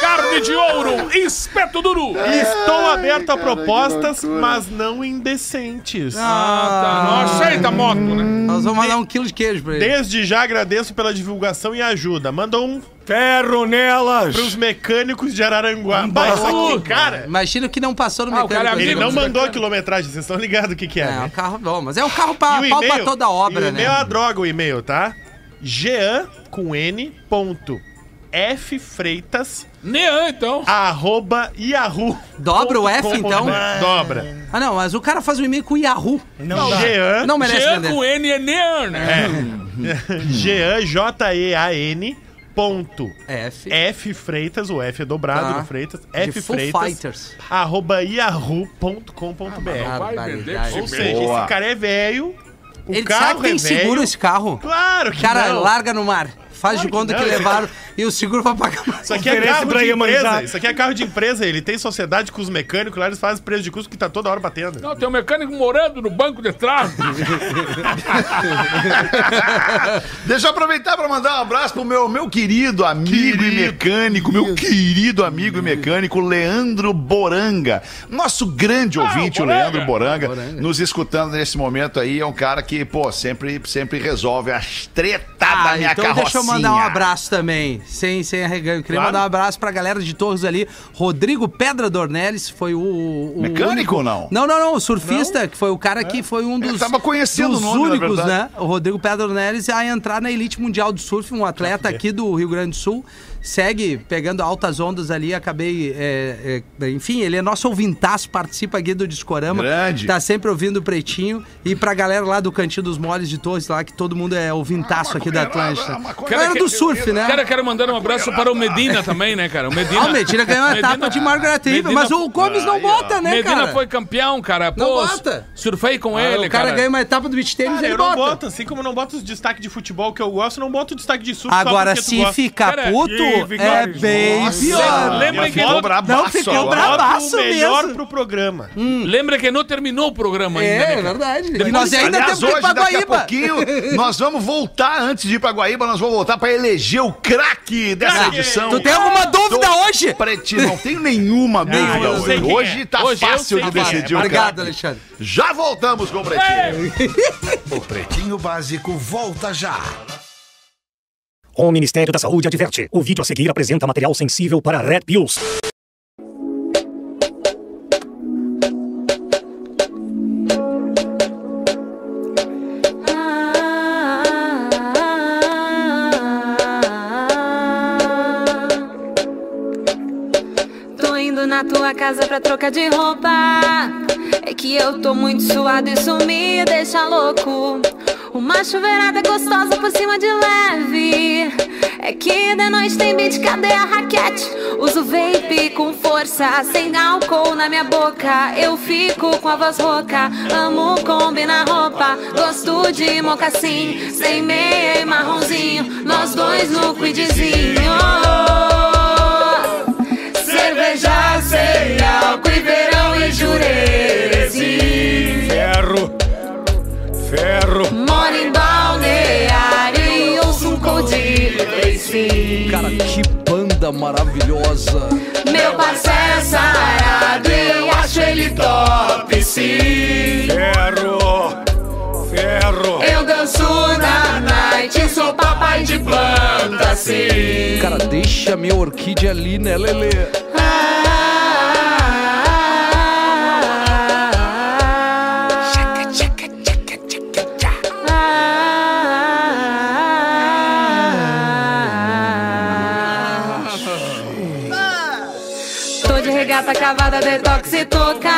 E: Carne de ouro, espeto duro.
G: Estou aberto a propostas, mas não indecentes.
E: Ah, tá. Não aceita moto, né?
D: Nós vamos mandar um quilo de queijo pra ele.
G: Desde já agradeço pela divulgação e ajuda. Manda um
H: Ferro nelas.
G: pros mecânicos de Araranguá. Bah, isso aqui, cara,
D: Imagina o que não passou no
E: Ah, o
D: mecânico.
E: cara é
G: ele
E: amigo
G: não
E: dos
G: mandou a
E: mecânicos.
G: quilometragem, vocês estão ligados o que, que é.
D: É, é um
G: né?
D: carro bom, mas é um carro pra,
G: E
D: pau pra toda
G: e o
D: obra,
G: e-mail
D: né?
G: é uma droga o e-mail, tá? Jean com N ponto F Freitas,
E: Nean, então.
D: Ah,
G: arroba Yahoo. né?
D: Dobra o F, então?
G: Dobra.
D: Ah, não, mas o cara faz um e-mail com o Yahoo.
G: Não, Jean,
D: Não merece
E: Jean
D: vender.
E: com N é Nean, né?
G: Jean, J-E-A-N, ponto.
D: F.
G: F Freitas, o F é dobrado
D: Tá.
G: no Freitas,
D: de
G: F
D: Foo
G: Freitas,
D: Fighters. Ah,
G: arroba yahoo.com.br.
D: Barbaridade.
G: Ou seja,
C: Boa.
G: esse cara é velho, o
D: Ele
G: carro
D: sabe que tem
G: é velho.
D: seguro esse carro?
G: Claro que
D: Cara,
G: não.
D: larga no mar. Faz
G: Claro
D: de conta
G: que
D: que,
G: não.
D: levaram e o seguro vai pagar mais.
G: Isso aqui é
H: Oferece
G: carro
H: pra
G: de empresa.
H: Iemanjá.
G: Isso aqui é carro de empresa. Ele tem sociedade com os mecânicos lá, eles fazem preço de custo que tá toda hora batendo.
E: Não, tem um mecânico morando no banco de trás.
C: Deixa eu aproveitar para mandar um abraço pro meu, meu querido amigo e mecânico, meu querido amigo e mecânico, Leandro Boranga. Nosso
D: Ah,
C: grande ouvinte, o Leandro Boranga, nos escutando nesse momento aí. É um cara que, pô, sempre, sempre resolve as tretas da minha
D: então deixa eu mandar um
C: carrocinha.
D: abraço também, sem, sem arreganho. Queria
C: Claro.
D: mandar um abraço pra galera de Torres ali. Rodrigo Pedra Dornelles foi o. o
C: Mecânico
D: único-
C: ou não?
D: Não, não, não. O surfista, que foi o cara
G: É.
D: que foi um dos.
C: Eu tava conhecendo
D: dos
C: o nome, na
D: únicos, né?
C: verdade.
D: O Rodrigo Pedra Dornelles a entrar na Elite Mundial de Surf, um atleta aqui do Rio Grande do Sul. Segue pegando altas ondas ali, acabei. é, é, enfim, ele é nosso ouvintaço, participa aqui do Discorama.
C: Grande.
D: Tá sempre ouvindo o Pretinho. E pra galera lá do Cantinho dos Moles de Torres, lá, que todo mundo é ouvintaço aqui da Atlântida. Galera do surf, né?
E: Cara, quero mandar um abraço para o Medina também, né, cara? O Medina.
D: Ah, o Medina ganhou a
E: Medina-
D: etapa de Margaret River,
E: Medina-
D: mas o Gomes não bota, né,
E: Medina
D: cara?
E: foi campeão, cara. Pô,
D: Não bota.
E: Surfei com
D: Ah,
E: ele,
D: o cara,
E: cara.
D: ganha uma etapa do beach tennis,
G: Cara,
D: ele
G: eu não
D: bota.
G: boto, assim como eu não boto os destaques de futebol que eu gosto, eu não boto o destaque de surf
D: Agora,
G: só porque tu
D: se
G: gosta.
D: ficar
E: Cara,
D: puto,
F: e
D: é
F: Vigário,
D: bem pior.
E: Lembra que,
C: Ficou
E: no,
C: bravaço
D: Não, ficou
C: agora.
D: bravo.
G: Boto
D: Bravaço
G: o melhor
D: mesmo.
G: pro programa.
E: lembra que não terminou o programa ainda, né,
D: um- É, é
E: cara?
D: verdade. E nós ainda
C: Aliás,
D: temos que ir
C: hoje,
D: pra
C: daqui a
D: Guaíba.
C: pouquinho, nós vamos voltar, antes de ir pra Guaíba, nós vamos voltar pra eleger o craque dessa
G: Craque!
C: edição.
D: Tu tem alguma dúvida hoje?
C: Preti, não tenho nenhuma dúvida
G: eu sei
C: hoje.
G: quem é.
C: Hoje tá
E: Hoje eu
C: fácil
E: sei
C: de
E: quem é.
C: decidir o
D: Obrigado,
C: craque.
D: Alexandre.
C: Já voltamos com o Pretinho.
A: O Pretinho Básico volta já.
I: O Ministério da Saúde adverte. O vídeo a seguir apresenta material sensível para Red Pills.
J: Tô indo na tua casa pra troca de roupa. É que eu tô muito suado, isso me deixa louco. Uma chuveirada gostosa por cima de leve. É que de noite tem beat, cadê a raquete? Uso vape com força, sem álcool na minha boca. Eu fico com a voz rouca, amo combinar roupa. Gosto de mocassim, sem meia e marronzinho. Nós dois no quidzinho. Cerveja sem álcool e verão e jurezi
F: Ferro. Ferro.
J: Moro em balneário e ouço um cold Lacy.
D: Cara, que banda maravilhosa.
J: Meu parceiro é sarado e eu acho ele top sim
F: Ferro. Ferro.
J: Eu danço na night e sou papai de planta sim
D: Cara, deixa minha orquídea ali, né, Lele?
J: Tô de regata cavada, detox e toca.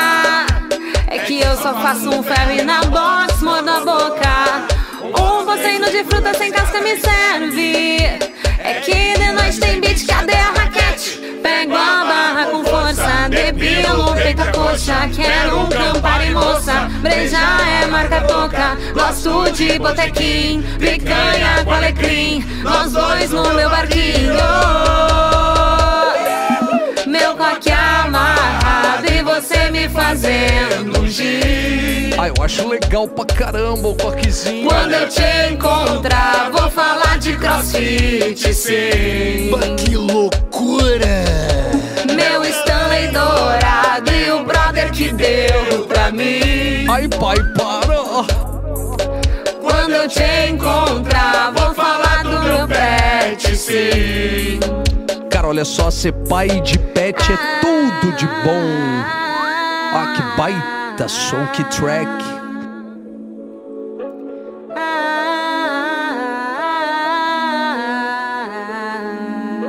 J: É que eu só faço um ferro e na box mordo a boca. Um boceino de fruta sem casca me serve. É que de noite tem beat, cadê a raquete? Pego a barra com força, depilo feito a coxa. Quero um campari moça, breja é marca toca. Gosto de botequim, picanha com alecrim. Nós dois no meu barquinho. Meu coque amarrado e você me fazendo gin.
D: Ah, eu acho legal pra caramba o coquezinho.
J: Quando eu te encontrar, vou falar de crossfit, sim.
A: Que loucura!
J: Meu Stanley dourado e o brother que deu pra mim.
D: Ai, pai, para.
J: Quando eu te encontrar, vou falar do meu pet, sim.
D: Cara, olha só, ser pai de pet é tudo de bom. Ah, que baita som, que track.
J: Ah, ah, ah, ah.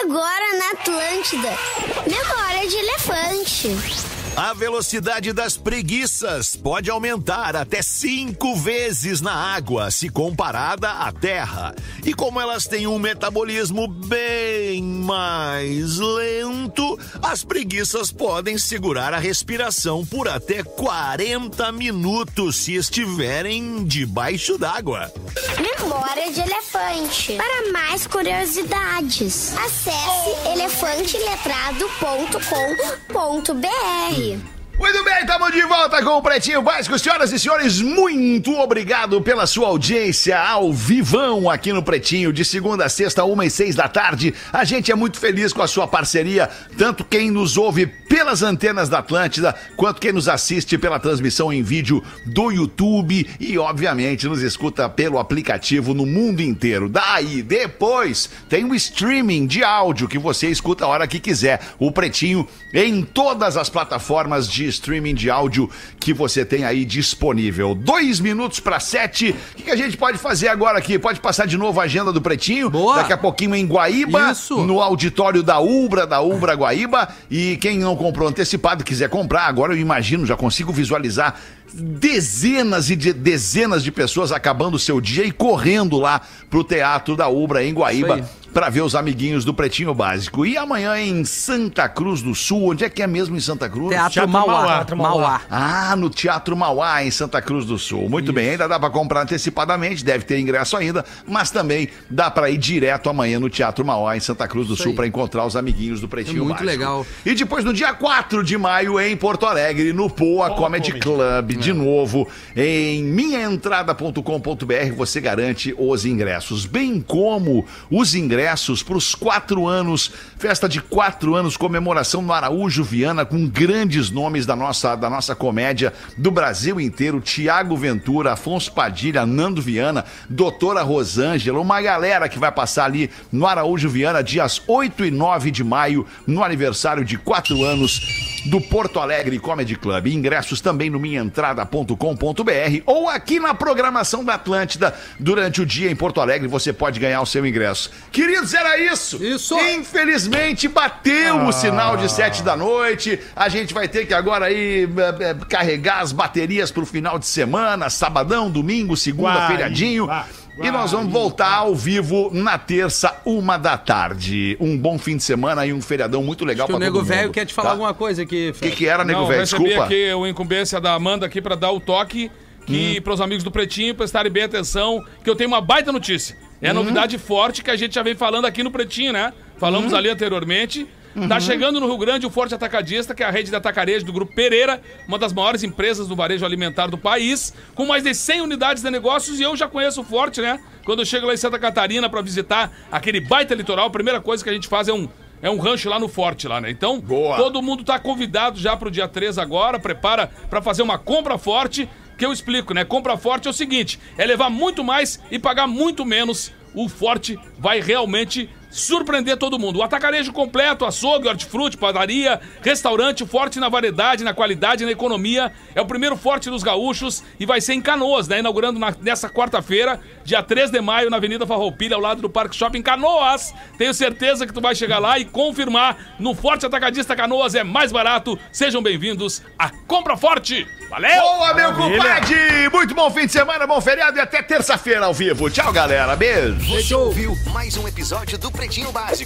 K: Agora na Atlântida. Memória de elefante.
L: A velocidade das preguiças pode aumentar até cinco vezes na água se comparada à terra. E como elas têm um metabolismo bem mais lento, as preguiças podem segurar a respiração por até 40 minutos se estiverem debaixo d'água.
K: Memória de elefante. Para mais curiosidades, acesse elefanteletrado.com.br.
C: Muito bem, estamos de volta com o Pretinho Básico. Senhoras e senhores, muito obrigado pela sua audiência ao vivão aqui no Pretinho, de segunda a sexta, uma e seis da tarde. A gente é muito feliz com a sua parceria, tanto quem nos ouve pelas antenas da Atlântida, quanto quem nos assiste pela transmissão em vídeo do YouTube e, obviamente, nos escuta pelo aplicativo no mundo inteiro. Daí, depois, tem o streaming de áudio que você escuta a hora que quiser. O Pretinho em todas as plataformas de streaming de áudio que você tem aí disponível. Dois minutos para sete. O que, que a gente pode fazer agora aqui? Pode passar de novo a agenda do Pretinho.
D: Boa.
C: Daqui a pouquinho em Guaíba,
D: Isso.
C: no auditório da Ubra, da Ubra Guaíba. E quem não comprou antecipado, quiser comprar, agora eu imagino, já consigo visualizar dezenas e de- dezenas de pessoas acabando o seu dia e correndo lá pro Teatro da Ubra em
D: Isso
C: Guaíba
D: aí.
C: para ver os amiguinhos do Pretinho Básico. E amanhã em Santa Cruz do Sul, onde é que é mesmo em Santa Cruz?
D: Teatro Mauá. Teatro Mauá.
C: Ah, no Teatro Mauá, em Santa Cruz do Sul. Muito bem, ainda dá pra comprar antecipadamente, deve ter ingresso ainda, mas também dá pra ir direto amanhã no Teatro Mauá, em Santa Cruz do Sul,
D: aí.
C: pra encontrar os amiguinhos do Pretinho
D: É muito
C: Básico.
D: legal.
C: E depois, no dia 4 de maio, em Porto Alegre, no Poa Comedy Club, de novo, em minhaentrada.com.br, você garante os ingressos, bem como os ingressos para os quatro anos, festa de quatro anos, comemoração no Araújo Viana, com grandes nomes da nossa, da nossa comédia do Brasil inteiro, Tiago Ventura, Afonso Padilha, Nando Viana, Doutora Rosângela, uma galera que vai passar ali no Araújo Viana, dias 8 e 9 de maio, no aniversário de 4 anos do Porto Alegre Comedy Club. Ingressos também no minhaentrada.com.br ou aqui na programação da Atlântida. Durante o dia em Porto Alegre, você pode ganhar o seu ingresso. Queridos, era isso!
D: Isso.
C: Infelizmente, bateu
E: Ah.
C: o sinal de 7 da noite. A gente vai ter que agora aí eh, eh, carregar as baterias pro final de semana, sabadão, domingo, segunda,
G: Guai,
C: feriadinho.
G: guai,
C: E nós vamos voltar ao vivo na terça, uma da tarde. Um bom fim de semana e um feriadão muito legal
D: Que o
C: pra todo
D: nego
C: mundo,
D: velho quer te falar
C: tá?
D: alguma coisa aqui,
C: O que,
D: Fê.
C: que era, nego
E: Não,
C: velho?
E: recebi
C: Desculpa.
E: aqui a incumbência da Amanda aqui pra dar o toque que
C: Hum.
E: pros amigos do Pretinho prestarem bem atenção, que eu tenho uma baita notícia. É
C: Hum.
E: novidade forte que a gente já vem falando aqui no Pretinho, né?
C: Hum.
E: Falamos ali anteriormente. Tá
C: Uhum.
E: chegando no Rio Grande o Forte Atacadista, que é a rede de atacarejo do Grupo Pereira, uma das maiores empresas do varejo alimentar do país, com mais de 100 unidades de negócios e eu já conheço o Forte, né? Quando eu chego lá em Santa Catarina pra visitar aquele baita litoral, a primeira coisa que a gente faz é um é um rancho lá no Forte lá, né? Então,
C: Boa.
E: todo Todo mundo tá convidado já pro dia 3 agora, prepara pra fazer uma compra forte, que eu explico, né? Compra forte é o seguinte, é levar muito mais e pagar muito menos. O forte vai realmente surpreender todo mundo. O atacarejo completo, açougue, hortifruti, padaria, restaurante, forte na variedade, na qualidade, e na economia. É o primeiro forte dos gaúchos e vai ser em Canoas, né? Inaugurando na- nessa quarta-feira, dia 3 de maio, na Avenida Farroupilha, ao lado do Parque Shopping Canoas. Tenho certeza que tu vai chegar lá e confirmar no Forte Atacadista Canoas é mais barato. Sejam bem-vindos à Compra Forte. Valeu!
C: Boa, meu compadre! Muito bom fim de semana, bom feriado e até terça-feira ao vivo. Tchau, galera. Beijo.
L: Você ouviu mais um episódio do Pretinho Básico.